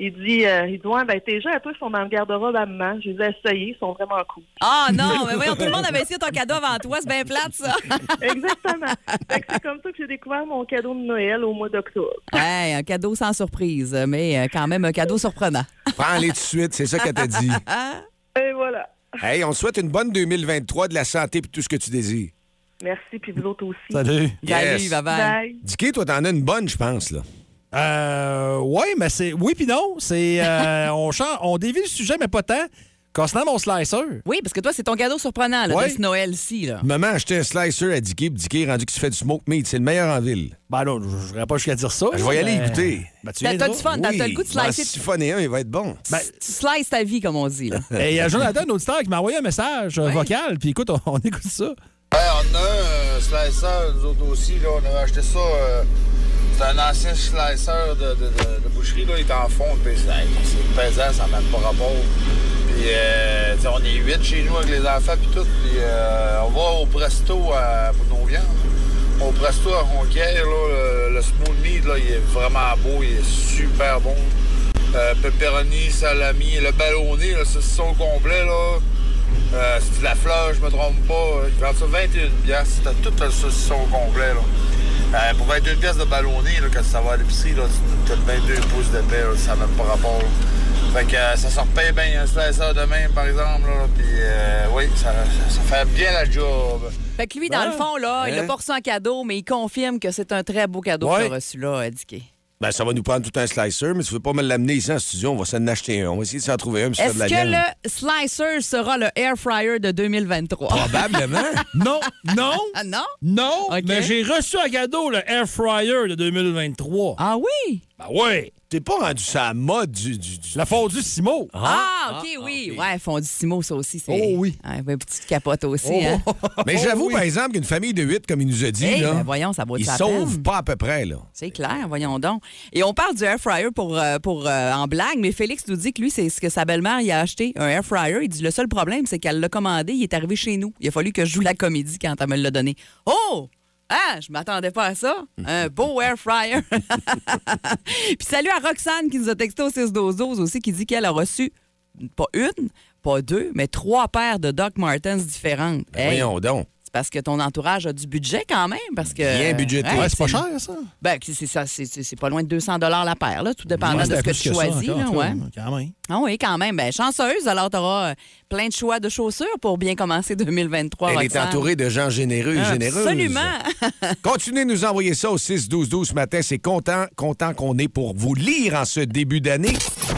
il dit, euh, il dit Ouais, ben, tes jeux à toi sont dans le garde-robe à maman. Je les ai essayés, ils sont vraiment cool. Ah non, mais voyons, tout le monde avait essayé ton cadeau avant toi, c'est bien plate, ça. Exactement. Fait que c'est comme ça que j'ai découvert mon cadeau de Noël au mois d'octobre. Hey, un cadeau sans surprise, mais euh, quand même un cadeau surprenant. Prends-les tout de suite, c'est ça qu'elle t'a dit. Ah. Et voilà. Hey, on te souhaite une bonne 2023, de la santé et tout ce que tu désires. Merci, puis vous autres aussi. Salut. Salut, bye bye. Bye. Dicky, toi, t'en as une bonne, je pense, là. Euh, oui, mais c'est. Oui, puis non. C'est. euh, on, change, on dévie le sujet, mais pas tant. Concernant mon slicer. Oui, parce que toi, c'est ton cadeau surprenant, là, Ouais. de ce Noël-ci, là. Maman a acheté un slicer à Dicky, puis Dicky est rendu que tu fais du smoke meat. C'est le meilleur en ville. Ben non, je n'irai pas jusqu'à dire ça. Je vais y aller mais- écouter. Ben, tu T'as t'as viendras. du fun, t'as t'as le goût de ben, slicer. si tu fais un, il va être bon. ben- tu- Tu slices ta vie, comme on dit, là. Et il y a Jonathan, un auditeur, qui m'a envoyé un message euh, vocal. Puis écoute, on, on écoute ça. Ben, on a un slicer, nous autres aussi. Là, on avait acheté ça. euh, c'est un ancien slicer de, de- de- de boucherie. Là, il est en fond de PC. C'est pesant, ça n'a même pas rapport. Puis, euh, tu sais, on est huit chez nous avec les enfants puis tout. Puis, euh, on va au Presto à- pour nos viandes. Au Presto à Ronquière, là, le, le smooth meat, là, il est vraiment beau. Il est super bon. Euh, pepperoni, salami, le ballonné, là, c'est son complet, là. Euh, c'est de la fleur, je me trompe pas. Ils vendent ça 21 piastres. T'as tout le saucisson complet, là. Euh, pour 21 piastres de ballonné, là, quand ça va à l'épicerie, là, tu- t'as le 22 pouces de paix, là, ça n'a même pas rapport, là. Fait que euh, ça sort pas bien un slicer de même, par exemple, là. Puis euh, oui, ça, ça- ça fait bien la job. Fait que lui, dans le fond, là, il l'a Hein? pas reçu en cadeau, mais il confirme que c'est un très beau cadeau Ouais. que tu as reçu, là, euh, Dicky. Ben, ça va nous prendre tout un slicer, mais tu veux pas me l'amener ici en studio, on va s'en acheter un. On va essayer de s'en trouver un, puis faire Est-ce de la que viande. le slicer sera le air fryer de 2023? Probablement. Non, non, Ah non? non. Ok. Mais j'ai reçu un cadeau le Air Fryer de 2023. Ah oui? Ben oui. T'es pas rendu ça à mode du. du, du- La fondue Simo. Ah, OK, oui. Ouais, fondu Simo, ça aussi, c'est... Oh oui. Ouais, une petite capote aussi, Oh, hein? Mais j'avoue, Oh oui. par exemple, qu'une famille de 8, comme il nous a dit, Hey, là, ben voyons, ça vaut ils la sauvent peine. pas à peu près, là. C'est clair, voyons donc. Et on parle du air fryer pour, euh, pour, euh, en blague, mais Félix nous dit que lui, c'est ce que sa belle-mère il a acheté, un air fryer. Il dit le seul problème, c'est qu'elle l'a commandé, il est arrivé chez nous. Il a fallu que je joue la comédie quand elle me l'a donné. Oh! Ah, je m'attendais pas à ça. Un beau air fryer. Puis salut à Roxane qui nous a texté au 612 aussi, qui dit qu'elle a reçu pas une, pas deux, mais trois paires de Doc Martens différentes. Ben, Hey, Voyons donc. c'est parce que ton entourage a du budget quand même. Parce que, Bien budgété. Ouais, c'est pas tu- cher, ça. ben, c'est c'est ça, c'est- c'est c'est pas loin de 200 la paire, là, tout dépendant Ouais, de c'était ce que plus tu ça choisis. encore, là, en tout cas, ouais. Quand même. Ah oui, quand même. Ben, chanceuse, alors tu auras plein de choix de chaussures pour bien commencer 2023. Elle est Roxane. Ah, entourée de gens généreux et généreuses. Absolument. Continuez de nous envoyer ça au 6-12-12 ce matin. C'est content, content qu'on est pour vous lire en ce début d'année.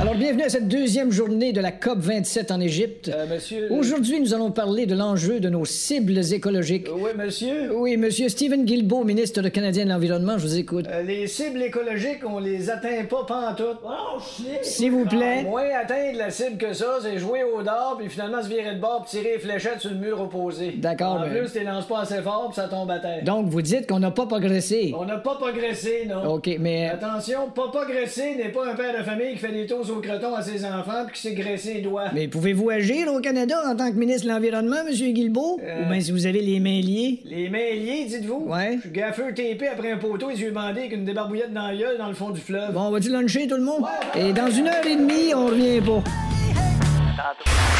Alors, bienvenue à cette deuxième journée de la COP 27 en Égypte. Euh, monsieur. Aujourd'hui, nous allons parler de l'enjeu de nos cibles écologiques. Euh, Oui, monsieur. Oui, monsieur Stephen Guilbeault, ministre de Canadien de l'Environnement, je vous écoute. Euh, les cibles écologiques, on les atteint pas pantoute. Oh, S'il vous plaît. Moins atteindre la cible que ça, c'est jouer au dard, puis finalement se virer de bord, puis tirer les fléchettes sur le mur opposé. D'accord, En mais- plus, t'es lances pas assez fort, puis ça tombe à terre. Donc, vous dites qu'on n'a pas progressé. On n'a pas progressé, non? OK, mais... euh, Attention, papa graissé n'est pas un père de famille qui fait des tours au croton à ses enfants puis qui s'est graissé les doigts. Mais pouvez-vous agir au Canada en tant que ministre de l'Environnement, monsieur Guilbeault? Ou bien si vous avez les mains liées? Les mains liées, dites-vous? Ouais. Je suis gaffeux TP après un poteau et yeux bandés avec une débarbouillette dans la gueule dans le fond du fleuve. Bon, on va-tu luncher, tout le monde? Et dans une heure et demie, on revient pas.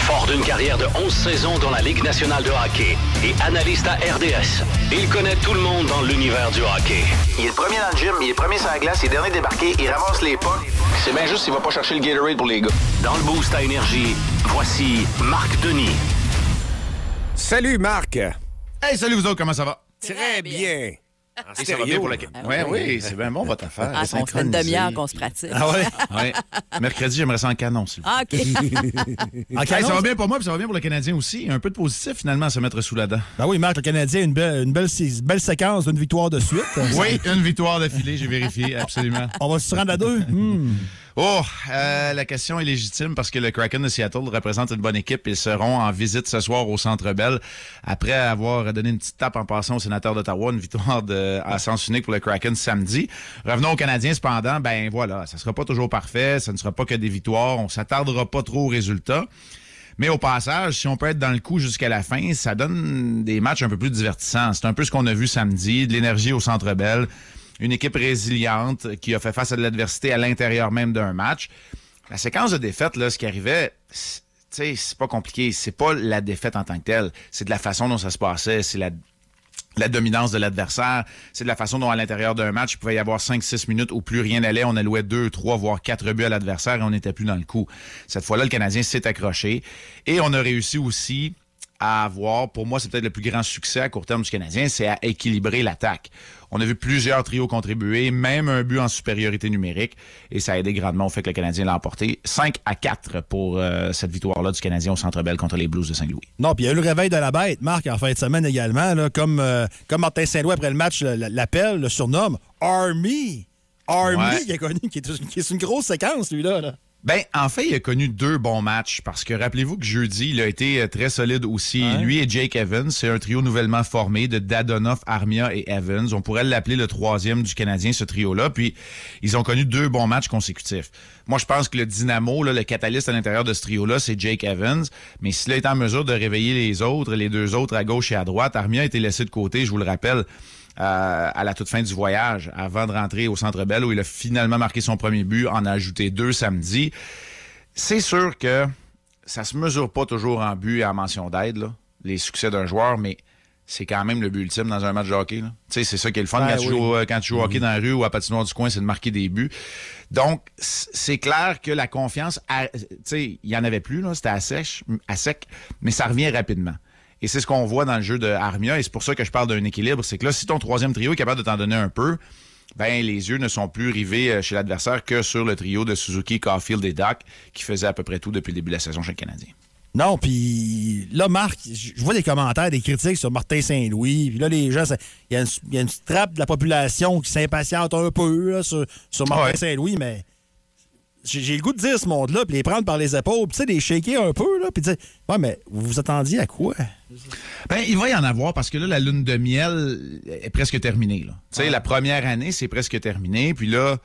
Fort d'une carrière de 11 saisons dans la Ligue nationale de hockey et analyste à RDS, il connaît tout le monde dans l'univers du hockey. Il est le premier dans le gym, il est le premier sur la glace, il est dernier débarqué, il ramasse les pas. C'est bien juste s'il va pas chercher le Gatorade pour les gars. Dans le Boost à énergie, voici Marc Denis. Salut, Marc. Hey, salut vous autres, comment ça va? Très bien. En Ah, ça va stéréo. bien pour le- Oui, oui, c'est bien bon votre affaire. Ah, on se fait une demi-heure qu'on se pratique. Ah ouais? Ouais. Mercredi, j'aimerais ça en canon, s'il vous plaît. Ah, OK. En Hey, ça canon, va bien pour moi, puis ça va bien pour le Canadien aussi. Un peu de positif, finalement, à se mettre sous la dent. Ben oui, Marc, le Canadien, une belle, une belle, sé- belle séquence d'une victoire de suite. Oui, une victoire d'affilée, j'ai vérifié, absolument. euh, On va se rendre à deux. Hmm. Oh, euh, la question est légitime parce que le Kraken de Seattle représente une bonne équipe. Ils seront en visite ce soir au Centre Bell après avoir donné une petite tape en passant au sénateur d'Ottawa, une victoire de, à sens unique pour le Kraken samedi. Revenons aux Canadiens cependant, ben voilà, ça sera pas toujours parfait, ça ne sera pas que des victoires, on s'attardera pas trop aux résultats. Mais au passage, si on peut être dans le coup jusqu'à la fin, ça donne des matchs un peu plus divertissants. C'est un peu ce qu'on a vu samedi, de l'énergie au Centre Bell, une équipe résiliente qui a fait face à de l'adversité à l'intérieur même d'un match. La séquence de défaite, là, ce qui arrivait, c'est- tu sais, c'est pas compliqué. C'est pas la défaite en tant que telle. C'est de la façon dont ça se passait. C'est la la dominance de l'adversaire. C'est de la façon dont, à l'intérieur d'un match, il pouvait y avoir 5-6 minutes où plus rien n'allait. On allouait 2, 3, voire 4 buts à l'adversaire et on n'était plus dans le coup. Cette fois-là, le Canadien s'est accroché. Et on a réussi aussi à avoir, pour moi, c'est peut-être le plus grand succès à court terme du Canadien, c'est à équilibrer l'attaque. On a vu plusieurs trios contribuer, même un but en supériorité numérique, et ça a aidé grandement au fait que le Canadien l'a emporté 5 à 4 pour euh, cette victoire-là du Canadien au Centre Bell contre les Blues de Saint-Louis. Non, puis il y a eu le réveil de la bête, Marc, en fin de semaine également. là, comme, euh, comme Martin Saint-Louis, après le match, le- le- l'appelle, le surnomme Army. Army, Ouais. qui, a connu, qui, est, qui est une grosse séquence, lui-là. là. Ben, en fait, il a connu deux bons matchs parce que rappelez-vous que jeudi, il a été euh, très solide aussi. Lui et Jake Evans, c'est un trio nouvellement formé de Dadonoff, Armia et Evans. On pourrait l'appeler le troisième du Canadien, ce trio-là. Puis, ils ont connu deux bons matchs consécutifs. Moi, je pense que le dynamo, là, le catalyste à l'intérieur de ce trio-là, c'est Jake Evans. Mais s'il est en mesure de réveiller les autres, les deux autres à gauche et à droite, Armia a été laissé de côté, je vous le rappelle euh, à la toute fin du voyage, avant de rentrer au Centre Bell, où il a finalement marqué son premier but, en a ajouté deux samedi. C'est sûr que ça se mesure pas toujours en but et en mention d'aide, là, les succès d'un joueur, mais c'est quand même le but ultime dans un match de hockey. là. Tu sais, c'est ça qui est le fun Ouais, quand, tu oui. joues, au- quand tu joues au hockey dans la rue ou à patinoire du coin, c'est de marquer des buts. Donc, c- c'est clair que la confiance, à- tu sais, il y en avait plus, là, c'était à, sèche, à sec, mais ça revient rapidement. Et c'est ce qu'on voit dans le jeu de Armia, et c'est pour ça que je parle d'un équilibre. C'est que là, si ton troisième trio est capable de t'en donner un peu, ben les yeux ne sont plus rivés euh, chez l'adversaire que sur le trio de Suzuki, Caulfield et Doc, qui faisait à peu près tout depuis le début de la saison chez le Canadien. Non, puis là, Marc, je je vois des commentaires, des critiques sur Martin Saint-Louis. Puis là, les gens, ça- il y, a une- il y a une petite trappe de la population qui s'impatiente un peu là, sur, sur Martin Ouais. Saint-Louis, mais j'ai j'ai le goût de dire ce monde-là, puis les prendre par les épaules, puis tu sais, les shaker un peu, là, puis dire Ouais, mais vous vous attendiez à quoi Ben, il va y en avoir parce que là, la lune de miel est presque terminée. là. Tu sais, la première année, c'est presque terminé. Puis là,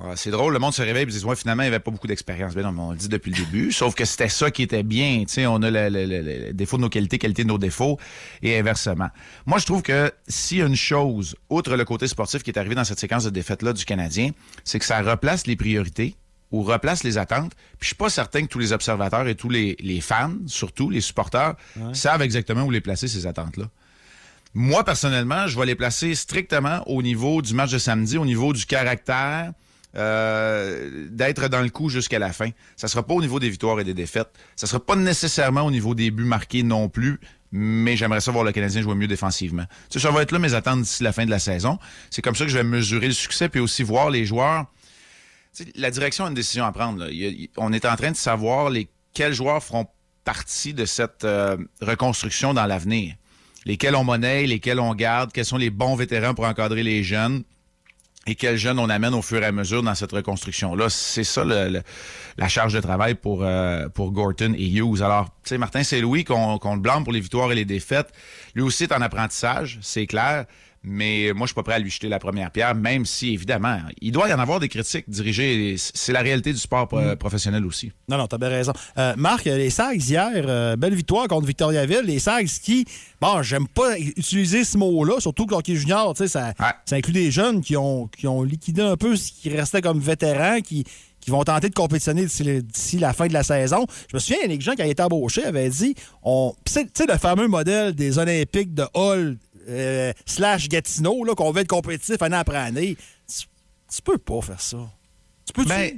ah, c'est drôle, le monde se réveille et dit Ouais, finalement, il n'y avait pas beaucoup d'expérience. Ben non, mais on le dit depuis le début. Sauf que c'était ça qui était bien. Tu sais, on a le, le- le- le défaut de nos qualités, qualité de nos défauts et inversement. Moi, je trouve que s'il y a une chose, outre le côté sportif qui est arrivé dans cette séquence de défaites-là du Canadien, c'est que ça replace les priorités ou replace les attentes. Puis je suis pas certain que tous les observateurs et tous les, les fans, surtout les supporters, savent exactement où les placer, ces attentes-là. Moi, personnellement, je vais les placer strictement au niveau du match de samedi, au niveau du caractère, euh, d'être dans le coup jusqu'à la fin. Ça sera pas au niveau des victoires et des défaites. Ça sera pas nécessairement au niveau des buts marqués non plus, mais j'aimerais ça voir le Canadien jouer mieux défensivement. Tu sais, ça va être là mes attentes d'ici la fin de la saison. C'est comme ça que je vais mesurer le succès, puis aussi voir les joueurs tu sais, la direction a une décision à prendre. là. Il y a- il- on est en train de savoir les, quels joueurs feront partie de cette euh, reconstruction dans l'avenir. Lesquels on monnaie, lesquels on garde, quels sont les bons vétérans pour encadrer les jeunes et quels jeunes on amène au fur et à mesure dans cette reconstruction-là. C'est ça le- le- la charge de travail pour, euh, pour Gorton et Hughes. Alors, tu sais, Martin, c'est Louis qu'on qu'on le blâme pour les victoires et les défaites. Lui aussi est en apprentissage, c'est clair. Mais moi, je suis pas prêt à lui jeter la première pierre, même si, évidemment, il doit y en avoir des critiques dirigées. C'est la réalité du sport euh, professionnel aussi. Non, non, t'as bien raison. Euh, Marc, euh, les Sags hier, euh, belle victoire contre Victoriaville. Les Sags qui, bon, j'aime pas utiliser ce mot-là, surtout que l'hockey junior, tu sais, ça, ça inclut des jeunes qui ont, qui ont liquidé un peu ce qui restait comme vétérans, qui, qui vont tenter de compétitionner d'ici le- d'ici la fin de la saison. Je me souviens, Yannick Jean, qui a été embauché, avait dit, on, pis c'est- tu sais, le fameux modèle des Olympiques de Hall euh, slash Gatineau, là, qu'on veut être compétitif année après année. Tu, tu peux pas faire ça. Tu peux-tu? Ben,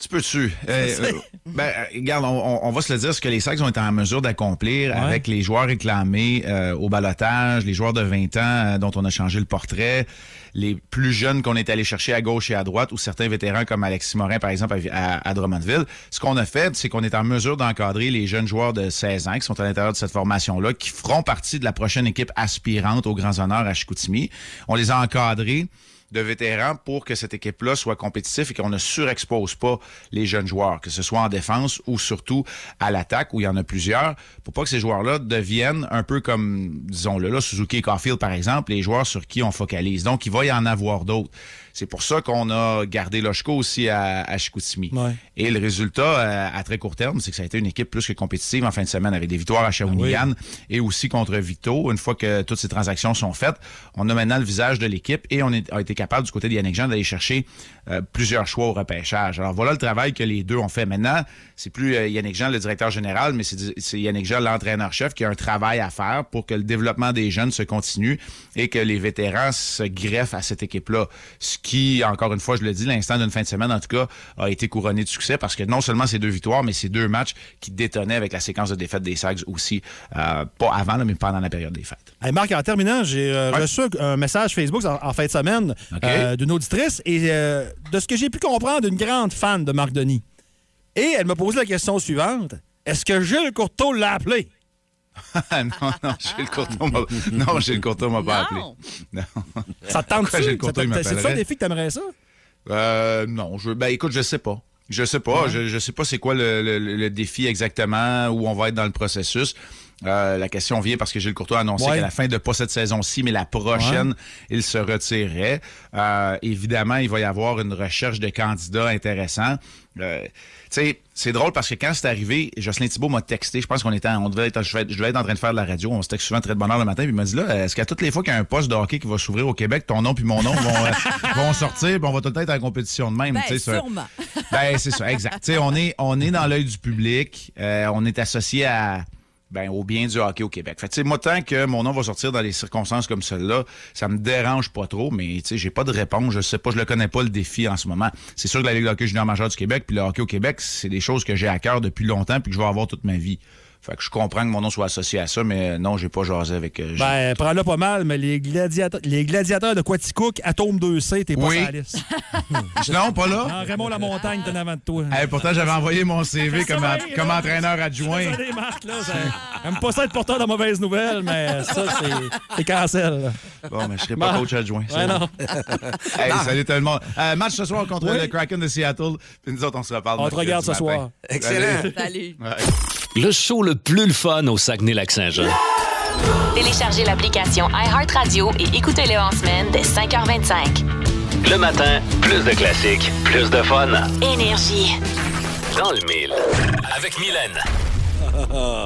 Tu peux dessus. Euh, C'est- euh, ben, euh, regarde, on, on- on va se le dire, ce que les Sags ont été en mesure d'accomplir avec les joueurs réclamés euh, au balotage, les joueurs de 20 ans euh, dont on a changé le portrait, les plus jeunes qu'on est allé chercher à gauche et à droite, ou certains vétérans comme Alexis Morin, par exemple, à, à- à Drummondville. Ce qu'on a fait, c'est qu'on est en mesure d'encadrer les jeunes joueurs de 16 ans qui sont à l'intérieur de cette formation-là, qui feront partie de la prochaine équipe aspirante aux grands honneurs à Chicoutimi. On les a encadrés de vétérans pour que cette équipe-là soit compétitive et qu'on ne surexpose pas les jeunes joueurs, que ce soit en défense ou surtout à l'attaque où il y en a plusieurs, pour pas que ces joueurs-là deviennent un peu comme, disons-le là, Suzuki et Caulfield par exemple, les joueurs sur qui on focalise. Donc, il va y en avoir d'autres. C'est pour ça qu'on a gardé Lochko aussi à, à Chicoutimi. Et le résultat, euh, à, à très court terme, c'est que ça a été une équipe plus que compétitive en fin de semaine avec des victoires à Shawinigan et aussi contre Vito. Une fois que toutes ces transactions sont faites, on a maintenant le visage de l'équipe et on est- a été capable du côté de Yannick Jean d'aller chercher euh, plusieurs choix au repêchage. Alors voilà le travail que les deux ont fait maintenant. C'est plus euh, Yannick Jean, le directeur général, mais c'est c'est Yannick Jean, l'entraîneur-chef, qui a un travail à faire pour que le développement des jeunes se continue et que les vétérans se greffent à cette équipe-là. Ce qui, encore une fois, je le dis, l'instant d'une fin de semaine, en tout cas, a été couronné de succès parce que non seulement ces deux victoires, mais ces deux matchs qui détonnaient avec la séquence de défaites des Sags aussi, euh, pas avant, là, mais pendant la période des fêtes. Hey, Marc, en terminant, j'ai euh, reçu un- un message Facebook en, en fin de semaine euh, d'une auditrice et euh, de ce que j'ai pu comprendre, d'une grande fan de Marc Denis. Et elle m'a posé la question suivante Est-ce que Gilles Courteau l'a appelé Ah, non, non, Gilles Courteau m'a non, Gilles Courteau m'a pas appelé. Non. Ça te tente Pourquoi Gilles Courteau, il C'est ça m'appellerait? des filles que t'aimerais ça Euh, non, je, ben écoute, je sais pas. Je sais pas. Je, je sais pas c'est quoi le, le- le défi exactement, où on va être dans le processus. Euh, la question vient parce que Gilles Courtois a annoncé Ouais. qu'à la fin de pas cette saison-ci, mais la prochaine, Ouais. il se retirerait. Euh, évidemment, il va y avoir une recherche de candidats intéressants. Euh, tu sais, c'est drôle parce que quand c'est arrivé, Jocelyn Thibault m'a texté. Je pense qu'on était, en- on devait être, je, vais être- je devais être en train de faire de la radio. On se texte souvent très de bonne heure le matin. Puis il m'a dit là, est-ce qu'à toutes les fois qu'il y a un poste de hockey qui va s'ouvrir au Québec, ton nom puis mon nom vont, euh, vont sortir, puis on va tout le temps être en compétition de même. Ben, tu sais, ça- sûrement. ben, c'est ça, exact. Tu sais, on est, on est dans l'œil du public. Euh, on est associé à, ben, au bien du hockey au Québec. Fait que, tu sais, moi, tant que mon nom va sortir dans des circonstances comme celle-là, ça me dérange pas trop, mais tu sais, j'ai pas de réponse. Je sais pas, je le connais pas le défi en ce moment. C'est sûr que la Ligue de hockey junior majeure du Québec puis le hockey au Québec, c'est des choses que j'ai à cœur depuis longtemps puis que je vais avoir toute ma vie. Fait que je comprends que mon nom soit associé à ça, mais euh, non, j'ai pas jasé avec. euh, Ben, prends-le pas mal, mais les, gladiateurs- les gladiateurs de Quaticook, Atome 2C, t'es pas Oui. sur la liste. Non, pas là. Non, Raymond Lamontagne, t'es en avant de toi. Eh, pourtant, j'avais envoyé mon CV comme, Ça, en- oui, comme là. entraîneur adjoint. Désolé, Marc, là, ça- J'aime pas ça être porteur de mauvaises nouvelles, mais ça, c'est- c'est cancel. là. Bon, mais je serai pas Bon. coach adjoint. Ouais, ça. Ben, non. hey, salut tout le monde. Euh, match ce soir contre le Kraken de Seattle. Puis nous autres, on se reparle. On te regarde ce soir. Salut. Le show le plus le fun au Saguenay-Lac-Saint-Jean. Téléchargez l'application iHeartRadio et écoutez-le en semaine dès 5h25. Le matin, plus de classiques, plus de fun. Énergie. Dans le mille. Avec Mylène.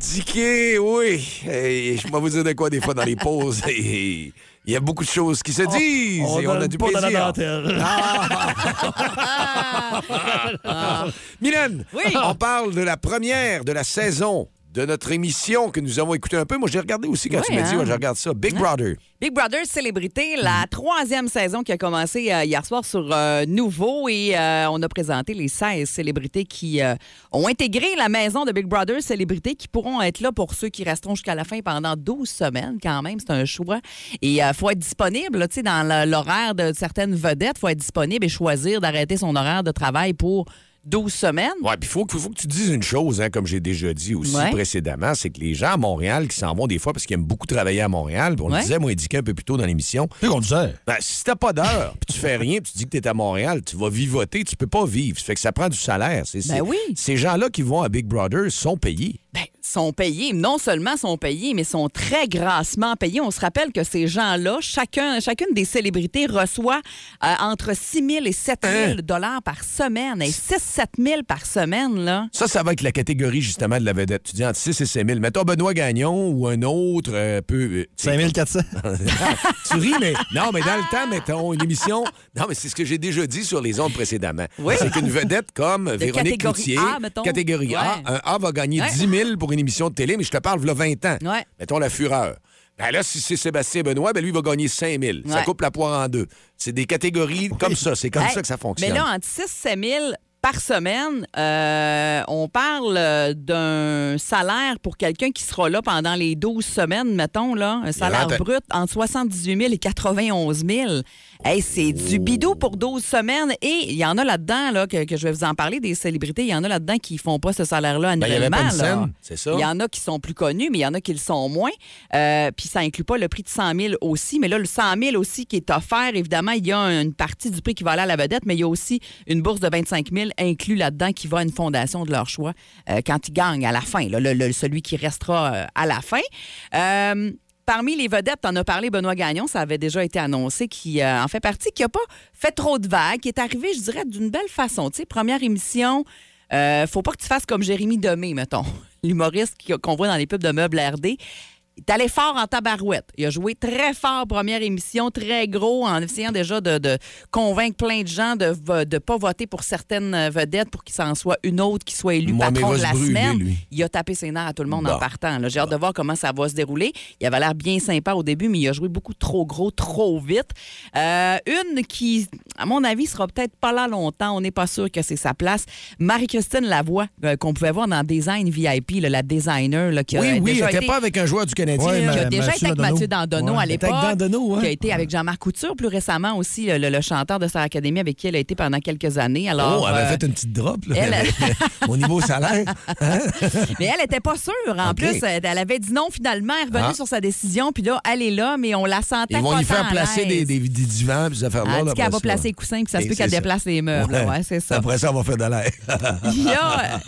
Dicky, oui. Hey, je vais vous dire de quoi des fois dans les pauses. hey, Il y a beaucoup de choses qui se disent on et on a donne du pas dans la plaisir. dentelle. Ah. Mylène, on parle de la première de la saison de notre émission que nous avons écoutée un peu. Moi, j'ai regardé aussi quand Oui, tu m'as dit, hein? ouais, je regarde ça. Big Brother. Big Brother Célébrité, la troisième saison qui a commencé euh, hier soir sur euh, Nouveau et euh, on a présenté les 16 célébrités qui euh, ont intégré la maison de Big Brother Célébrité qui pourront être là pour ceux qui resteront jusqu'à la fin pendant 12 semaines quand même, c'est un choix. Et il faut être disponible là, tu sais, dans la- l'horaire de certaines vedettes, faut être disponible et choisir d'arrêter son horaire de travail pour 12 semaines. Ouais, puis faut, que- faut que tu dises une chose, hein, comme j'ai déjà dit aussi Ouais. précédemment, c'est que les gens à Montréal qui s'en vont des fois parce qu'ils aiment beaucoup travailler à Montréal, puis on Ouais. le disait, moi, indiqué un peu plus tôt dans l'émission. qu'on disait. Ben, si t'as pas d'heure, puis tu fais rien, puis tu dis que t'es à Montréal, tu vas vivoter, tu peux pas vivre. Ça fait que ça prend du salaire. C'est, Ben c'est- oui. Ces gens-là qui vont à Big Brother sont payés. Ben, sont payés. Non seulement sont payés, mais sont très grassement payés. On se rappelle que ces gens-là, chacun, chacune des célébrités reçoit euh, entre 6 000 et 7 000 dollars par semaine. Et 6-7 000 par semaine, là. Ça, ça va être la catégorie, justement, de la vedette. Tu dis entre 6 et 5 000. Mettons Benoît Gagnon ou un autre euh, peut... euh, tu sais, 5400. tu ris, mais non, mais dans le Ah! temps, mettons, une émission. Non, mais c'est ce que j'ai déjà dit sur les ondes précédemment. Oui. C'est qu'une vedette comme Véronique catégorie Cloutier, A, mettons. catégorie A, Ouais. un A va gagner Ouais. 10 000 pour une émission de télé, mais je te parle, là, 20 ans. Ouais. Mettons la fureur. Ben là, si c'est Sébastien Benoît, ben lui va gagner 5 000. Ça Ouais. coupe la poire en deux. C'est des catégories comme ça. C'est comme Hey, ça que ça fonctionne. Mais là, entre 6 7 000 par semaine, euh, on parle euh, d'un salaire pour quelqu'un qui sera là pendant les 12 semaines, mettons, là, un salaire rentre- brut entre 78 000 et 91 000. Hey, c'est du Oh. bidou pour 12 semaines. Et il y en a là-dedans, là, que, que je vais vous en parler, des célébrités, il y en a là-dedans qui font pas ce salaire-là Ben, il y avait annuellement. pas une là. scène, c'est ça. Il y en a qui sont plus connus, mais il y en a qui le sont moins. Euh, puis ça inclut pas le prix de 100 000 aussi. Mais là, le 100 000 aussi qui est offert, évidemment, il y a une partie du prix qui va aller à la vedette, mais il y a aussi une bourse de 25 000 inclus là-dedans qui va à une fondation de leur choix euh, quand ils gagnent à la fin, là, le- le- celui qui restera euh, à la fin. Euh, Parmi les vedettes, t'en as parlé, Benoît Gagnon, ça avait déjà été annoncé, qui euh, en fait partie, qui n'a pas fait trop de vagues, qui est arrivé, je dirais, d'une belle façon. Tu sais, première émission, euh, faut pas que tu fasses comme Jérémy Demé, mettons, l'humoriste qui- qu'on voit dans les pubs de meubles RD. Il est allé fort en tabarouette. Il a joué très fort, première émission, très gros, en essayant déjà de, de convaincre plein de gens de ne pas voter pour certaines vedettes pour qu'il s'en soit une autre qui soit élue Moi, mais patron va de se la brûler, semaine. lui. Il a tapé ses nerfs à tout le monde en Bon. partant. là. J'ai hâte de voir comment ça va se dérouler. Il avait l'air bien sympa au début, mais il a joué beaucoup trop gros, trop vite. Euh, une qui, à mon avis, sera peut-être pas là longtemps. On n'est pas sûr que c'est sa place. Marie-Christine Lavoie, euh, qu'on pouvait voir dans Design VIP, là, la designer là, qui oui, a oui, elle euh, déjà n'était été- pas avec un joueur du Canadien. euh, qui a déjà été avec Mathieu Dandonneau Dandono à l'époque, Avec Dandonneau, qui hein? a été avec Jean-Marc Couture plus récemment aussi, le, le- le chanteur de Star Academy avec qui elle a été pendant quelques années. Alors, oh, elle avait euh, fait une petite drop là, elle- avec, euh, au niveau salaire. Hein? Mais elle était pas sûre. En OK. plus, euh, elle elle avait dit non finalement. Elle est revenue Ah. sur sa décision. Puis là, elle est là, mais on la sentait Ils vont pas y faire tant à placer des, l'aise. des, des divans et ces affaires-là. là, Elle dit après qu'elle ça. va placer les coussins, puis ça se Et peut qu'elle c'est ça. déplace les meubles. Ouais, c'est ça. Après ça, on va faire de l'air. Il y, a,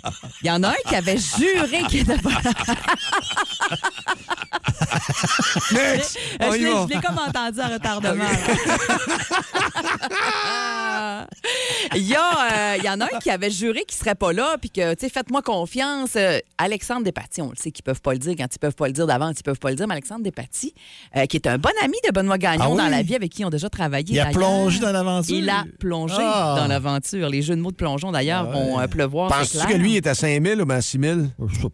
il y en a un qui avait juré qu'il était pas. Next! Je On y l'ai- va. je l'ai Euh, comme entendu en retardement. là. il, y a, euh, il y en a un qui avait juré qu'il serait pas là, puis que, tu sais, faites-moi confiance. Euh, Alexandre Despatie, on le sait qu'ils peuvent pas le dire. Quand ils peuvent pas le dire d'avant, ils peuvent pas le dire. Mais Alexandre Despatie, euh, qui est un bon ami de Benoît Gagnon Ah oui? dans la vie, avec qui ils ont déjà travaillé. Il a d'ailleurs. plongé dans l'aventure. Il a plongé Ah. dans l'aventure. Les jeux de mots de plongeon, d'ailleurs, vont euh, pleuvoir. c'est Penses-tu que clair. lui est à 5 000 ou bien à 6 000?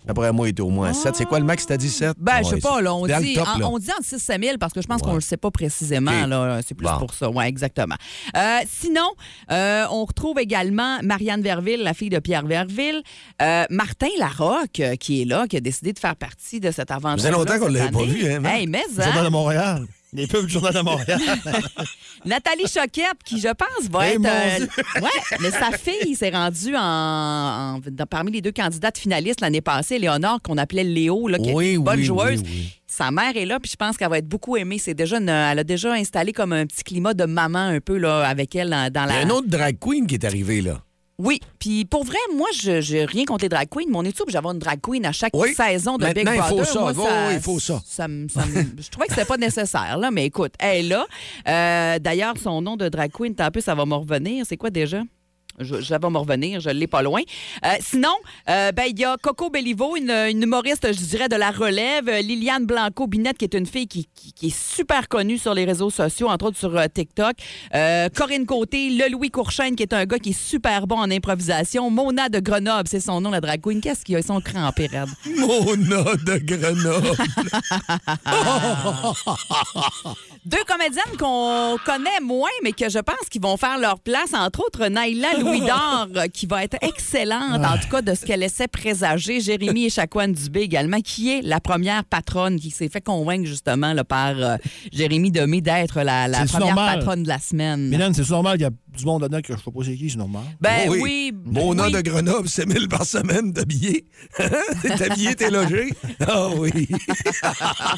Après moi, il est au moins à 7. C'est quoi le max? T'as dit 7? Ben, je sais pas, là, on, Dans dit, le top, en- là. on dit entre 6 et 000 parce que je pense qu'on le sait pas précisément. là. C'est plus Bon. pour ça. Oui, exactement. Euh, sinon, euh, on retrouve également Marianne Verville, la fille de Pierre Verville. Euh, Martin Larocque, euh, qui est là, qui a décidé de faire partie de cette aventure. Ça faisait longtemps qu'on ne l'avait pas vu. Hein, Hey, mais hein? hein? Journal de Montréal. Les pubs du Journal de Montréal. Nathalie Choquette, qui, je pense, va Eh, être. mon euh, Dieu! ouais, mais sa fille s'est rendue en, en- dans- parmi les deux candidates finalistes l'année passée, Léonore, qu'on appelait Léo, là, qui est Oui, une bonne oui, joueuse. oui, oui. Sa mère est là, puis je pense qu'elle va être beaucoup aimée. C'est déjà une- elle a déjà installé comme un petit climat de maman un peu là, avec elle dans, dans Il y a la. un autre drag queen qui est arrivé, là. Oui, puis pour vrai, moi, je j'ai rien contre les drag queens, mais on est sûr que j'avais une drag queen à chaque Oui. saison de Maintenant, Big il faut Brother. ça. Moi, Oui, oui, il faut ça. me- ça me- je trouvais que c'était pas nécessaire, là, mais écoute, elle est là. Euh, D'ailleurs, son nom de drag queen, tant peu, ça va me revenir. C'est quoi déjà? Je, ça va me revenir, je l'ai pas loin. Euh, sinon, euh, ben, il y a Coco Bellivo, une, une humoriste, je dirais, de la relève. Euh, Liliane Blanco-Binette, qui est une fille qui, qui- qui est super connue sur les réseaux sociaux, entre autres sur euh, TikTok. Euh, Corinne Côté, le Louis Courchaine, qui est un gars qui est super bon en improvisation. Mona de Grenoble, c'est son nom, la drag queen. Qu'est-ce qu'ils sont crampés, raide. Mona de Grenoble. Deux comédiennes qu'on connaît moins, mais que je pense qu'ils vont faire leur place, entre autres Naïla Louis d'Or, euh, qui va être excellente, en tout cas de ce qu'elle laissait présager. Jérémy Echaquan Dubé également, qui est la première patronne, qui s'est fait convaincre justement là, par euh, Jérémy Demé d'être la, la C'est première normal. patronne de la semaine. Mélanie, c'est normal qu'il y a du monde dedans que je sais pas c'est qui, c'est normal. Ben oui, Mon nom de Grenoble, c'est 1000 par semaine de billets. t'es habillé, t'es logé. Ah oui.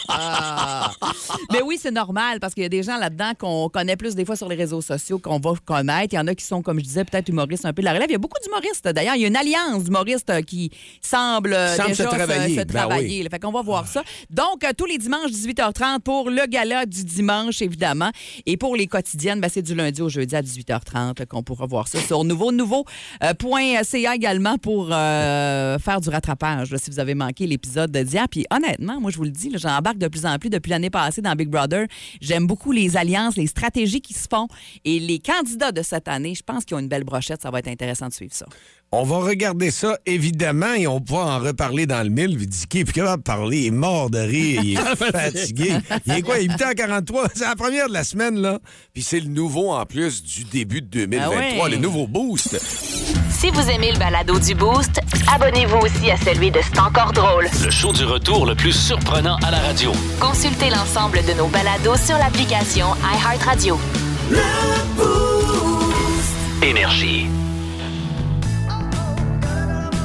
Mais oui, c'est normal parce qu'il y a des gens là-dedans qu'on connaît plus des fois sur les réseaux sociaux qu'on va connaître. Il y en a qui sont, comme je disais, peut-être humoristes un peu de la relève. Il y a beaucoup d'humoristes. D'ailleurs, il y a une alliance d'humoristes qui semble, euh, Semble déjà se travailler. Ben travailler, oui. là. Fait qu'on va voir ça. Donc, euh, tous les dimanches, 18h30 pour le gala du dimanche, évidemment. Et pour les quotidiennes, ben, c'est du lundi au jeudi à 18h30 là, qu'on pourra voir ça sur nouveau, nouveau euh, point CA également pour euh, faire du rattrapage là, si vous avez manqué l'épisode de d'hier. Puis honnêtement, moi, je vous le dis, là, j'embarque de plus en plus depuis l'année passée dans Big Brother. J'aime beaucoup les alliances, les stratégies qui se font et les candidats de cette année, je pense qu'ils ont une belle brochette. Ça va être intéressant de suivre ça. On va regarder ça, évidemment, et on pourra en reparler dans le mille. Puis Dicky, puis comment parler? Il est mort de rire, il est fatigué. Il est quoi? Il est 8h43, c'est la première de la semaine, là. Puis c'est le nouveau, en plus, du début de 2023, Ah ouais. le nouveau boost. Si vous aimez le balado du Boost, abonnez-vous aussi à celui de C'est encore drôle. Le show du retour le plus surprenant à la radio. Consultez l'ensemble de nos balados sur l'application iHeartRadio. Énergie.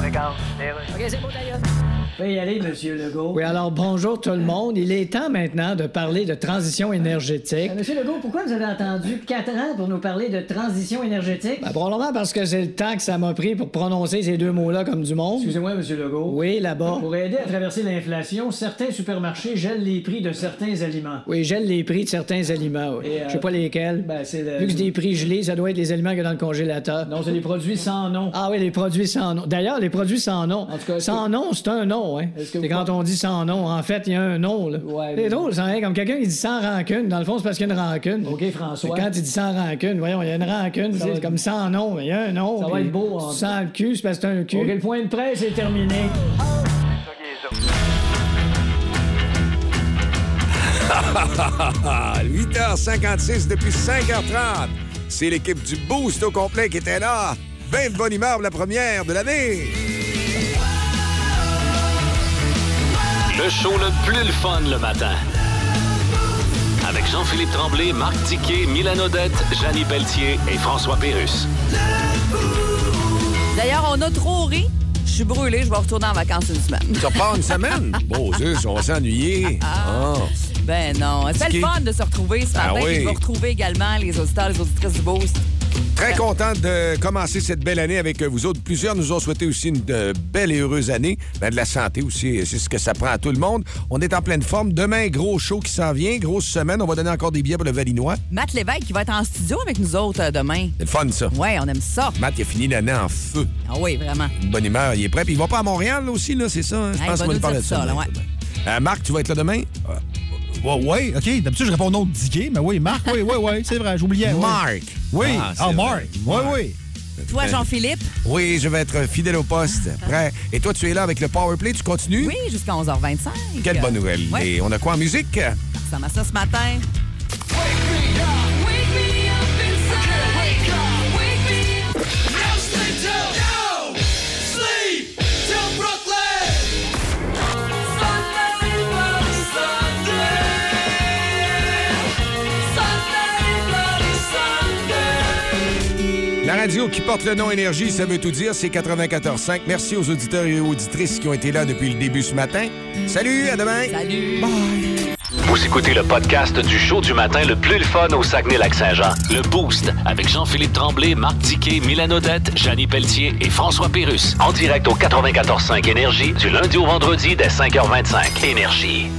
OK, c'est beau, d'ailleurs. y aller, Monsieur Legault. Oui, alors bonjour tout le monde. Il est temps maintenant de parler de transition énergétique. Euh, Monsieur Legault, pourquoi vous avez attendu 4 ans pour nous parler de transition énergétique? Ben, probablement parce que c'est le temps que ça m'a pris pour prononcer ces deux mots-là comme du monde. Excusez-moi, Monsieur Legault. Oui, là-bas. Pour aider à traverser l'inflation, certains supermarchés gèlent les prix de certains aliments. Oui, gèle les prix de certains aliments. oui. Et, euh, Je sais pas lesquels. Ben, c'est le- Vu que c'est des prix gelés, ça doit être les aliments qu'il y a dans le congélateur. Non, c'est des produits sans nom. Ah oui, les produits sans nom. D'ailleurs, les produits sans nom. En tout cas, est-ce sans que- nom, c'est un nom, hein. Est-ce que C'est vous- quand on dit sans nom, en fait, il y a un nom, là. Ouais, c'est mais- drôle, ça, hein, Comme quelqu'un qui dit sans rancune, dans le fond, c'est parce qu'il y a une rancune. OK, Mais François. Quand il dit sans rancune, voyons, il y a une rancune, Ça c'est va être- comme sans nom, mais il y a un nom. Ça va puis être beau, en tu sens le cul, c'est parce que c'est un cul. OK, le point de presse est terminé. Ah, 8h56 depuis 5h30. C'est l'équipe du Boost au complet qui était là. Ben de bonne humeur pour la première de l'année. Le show le plus le fun le matin. Avec Jean-Philippe Tremblay, Marc Tiquet, Milan Odette, Janine Pelletier et François Pérus. D'ailleurs, on a trop ri. Je suis brûlée, je vais retourner en vacances une semaine. Tu repars une semaine? Bon, juste, on va s'ennuyer. Ah. Ben non. C'est le Ski. fun de se retrouver ce Ah matin. oui. puis Je vais retrouver également les auditeurs, les auditrices du Beauce. Très content de commencer cette belle année avec euh, vous autres. Plusieurs nous ont souhaité aussi une euh, belle et heureuse année. Ben, de la santé aussi, c'est ce que ça prend à tout le monde. On est en pleine forme. Demain, gros show qui s'en vient, grosse semaine. On va donner encore des billets pour le Valinois. Matt Lévesque qui va être en studio avec nous autres euh, demain. C'est le fun, ça. Ouais, on aime ça. Matt, il a fini l'année en feu. Ah oui, vraiment. De Bonne humeur, il est prêt. Puis il va pas à Montréal là, aussi, là, c'est ça? hein? Je Hey, pense qu'on il va va nous nous parler de dire ça. ça, là, demain. Euh, Marc, tu vas être là demain? Euh, Ouais, ouais, OK. D'habitude, je réponds au nom de Didier, mais oui, Marc, oui, oui, oui, c'est vrai, j'oubliais. oui. Marc. Oui, Ah, ah, c'est Marc, vrai. oui, Marc. oui. Toi, Ben, Jean-Philippe? Ah. Oui, je vais être fidèle au poste, prêt. Et toi, tu es là avec le Powerplay, tu continues? Oui, jusqu'à 11h25. Quelle bonne nouvelle. Ouais. Et on a quoi en musique? Ça m'a ça ce matin. La radio qui porte le nom Énergie, ça veut tout dire, c'est 94.5. Merci aux auditeurs et aux auditrices qui ont été là depuis le début ce matin. Salut, à demain! Salut. Vous écoutez le podcast du show du matin le plus le fun au Saguenay-Lac-Saint-Jean. Le Boost avec Jean-Philippe Tremblay, Marc Tiquet, Milan Odette, Janine Pelletier et François Pérus. En direct au 94.5 Énergie du lundi au vendredi dès 5h25. Énergie.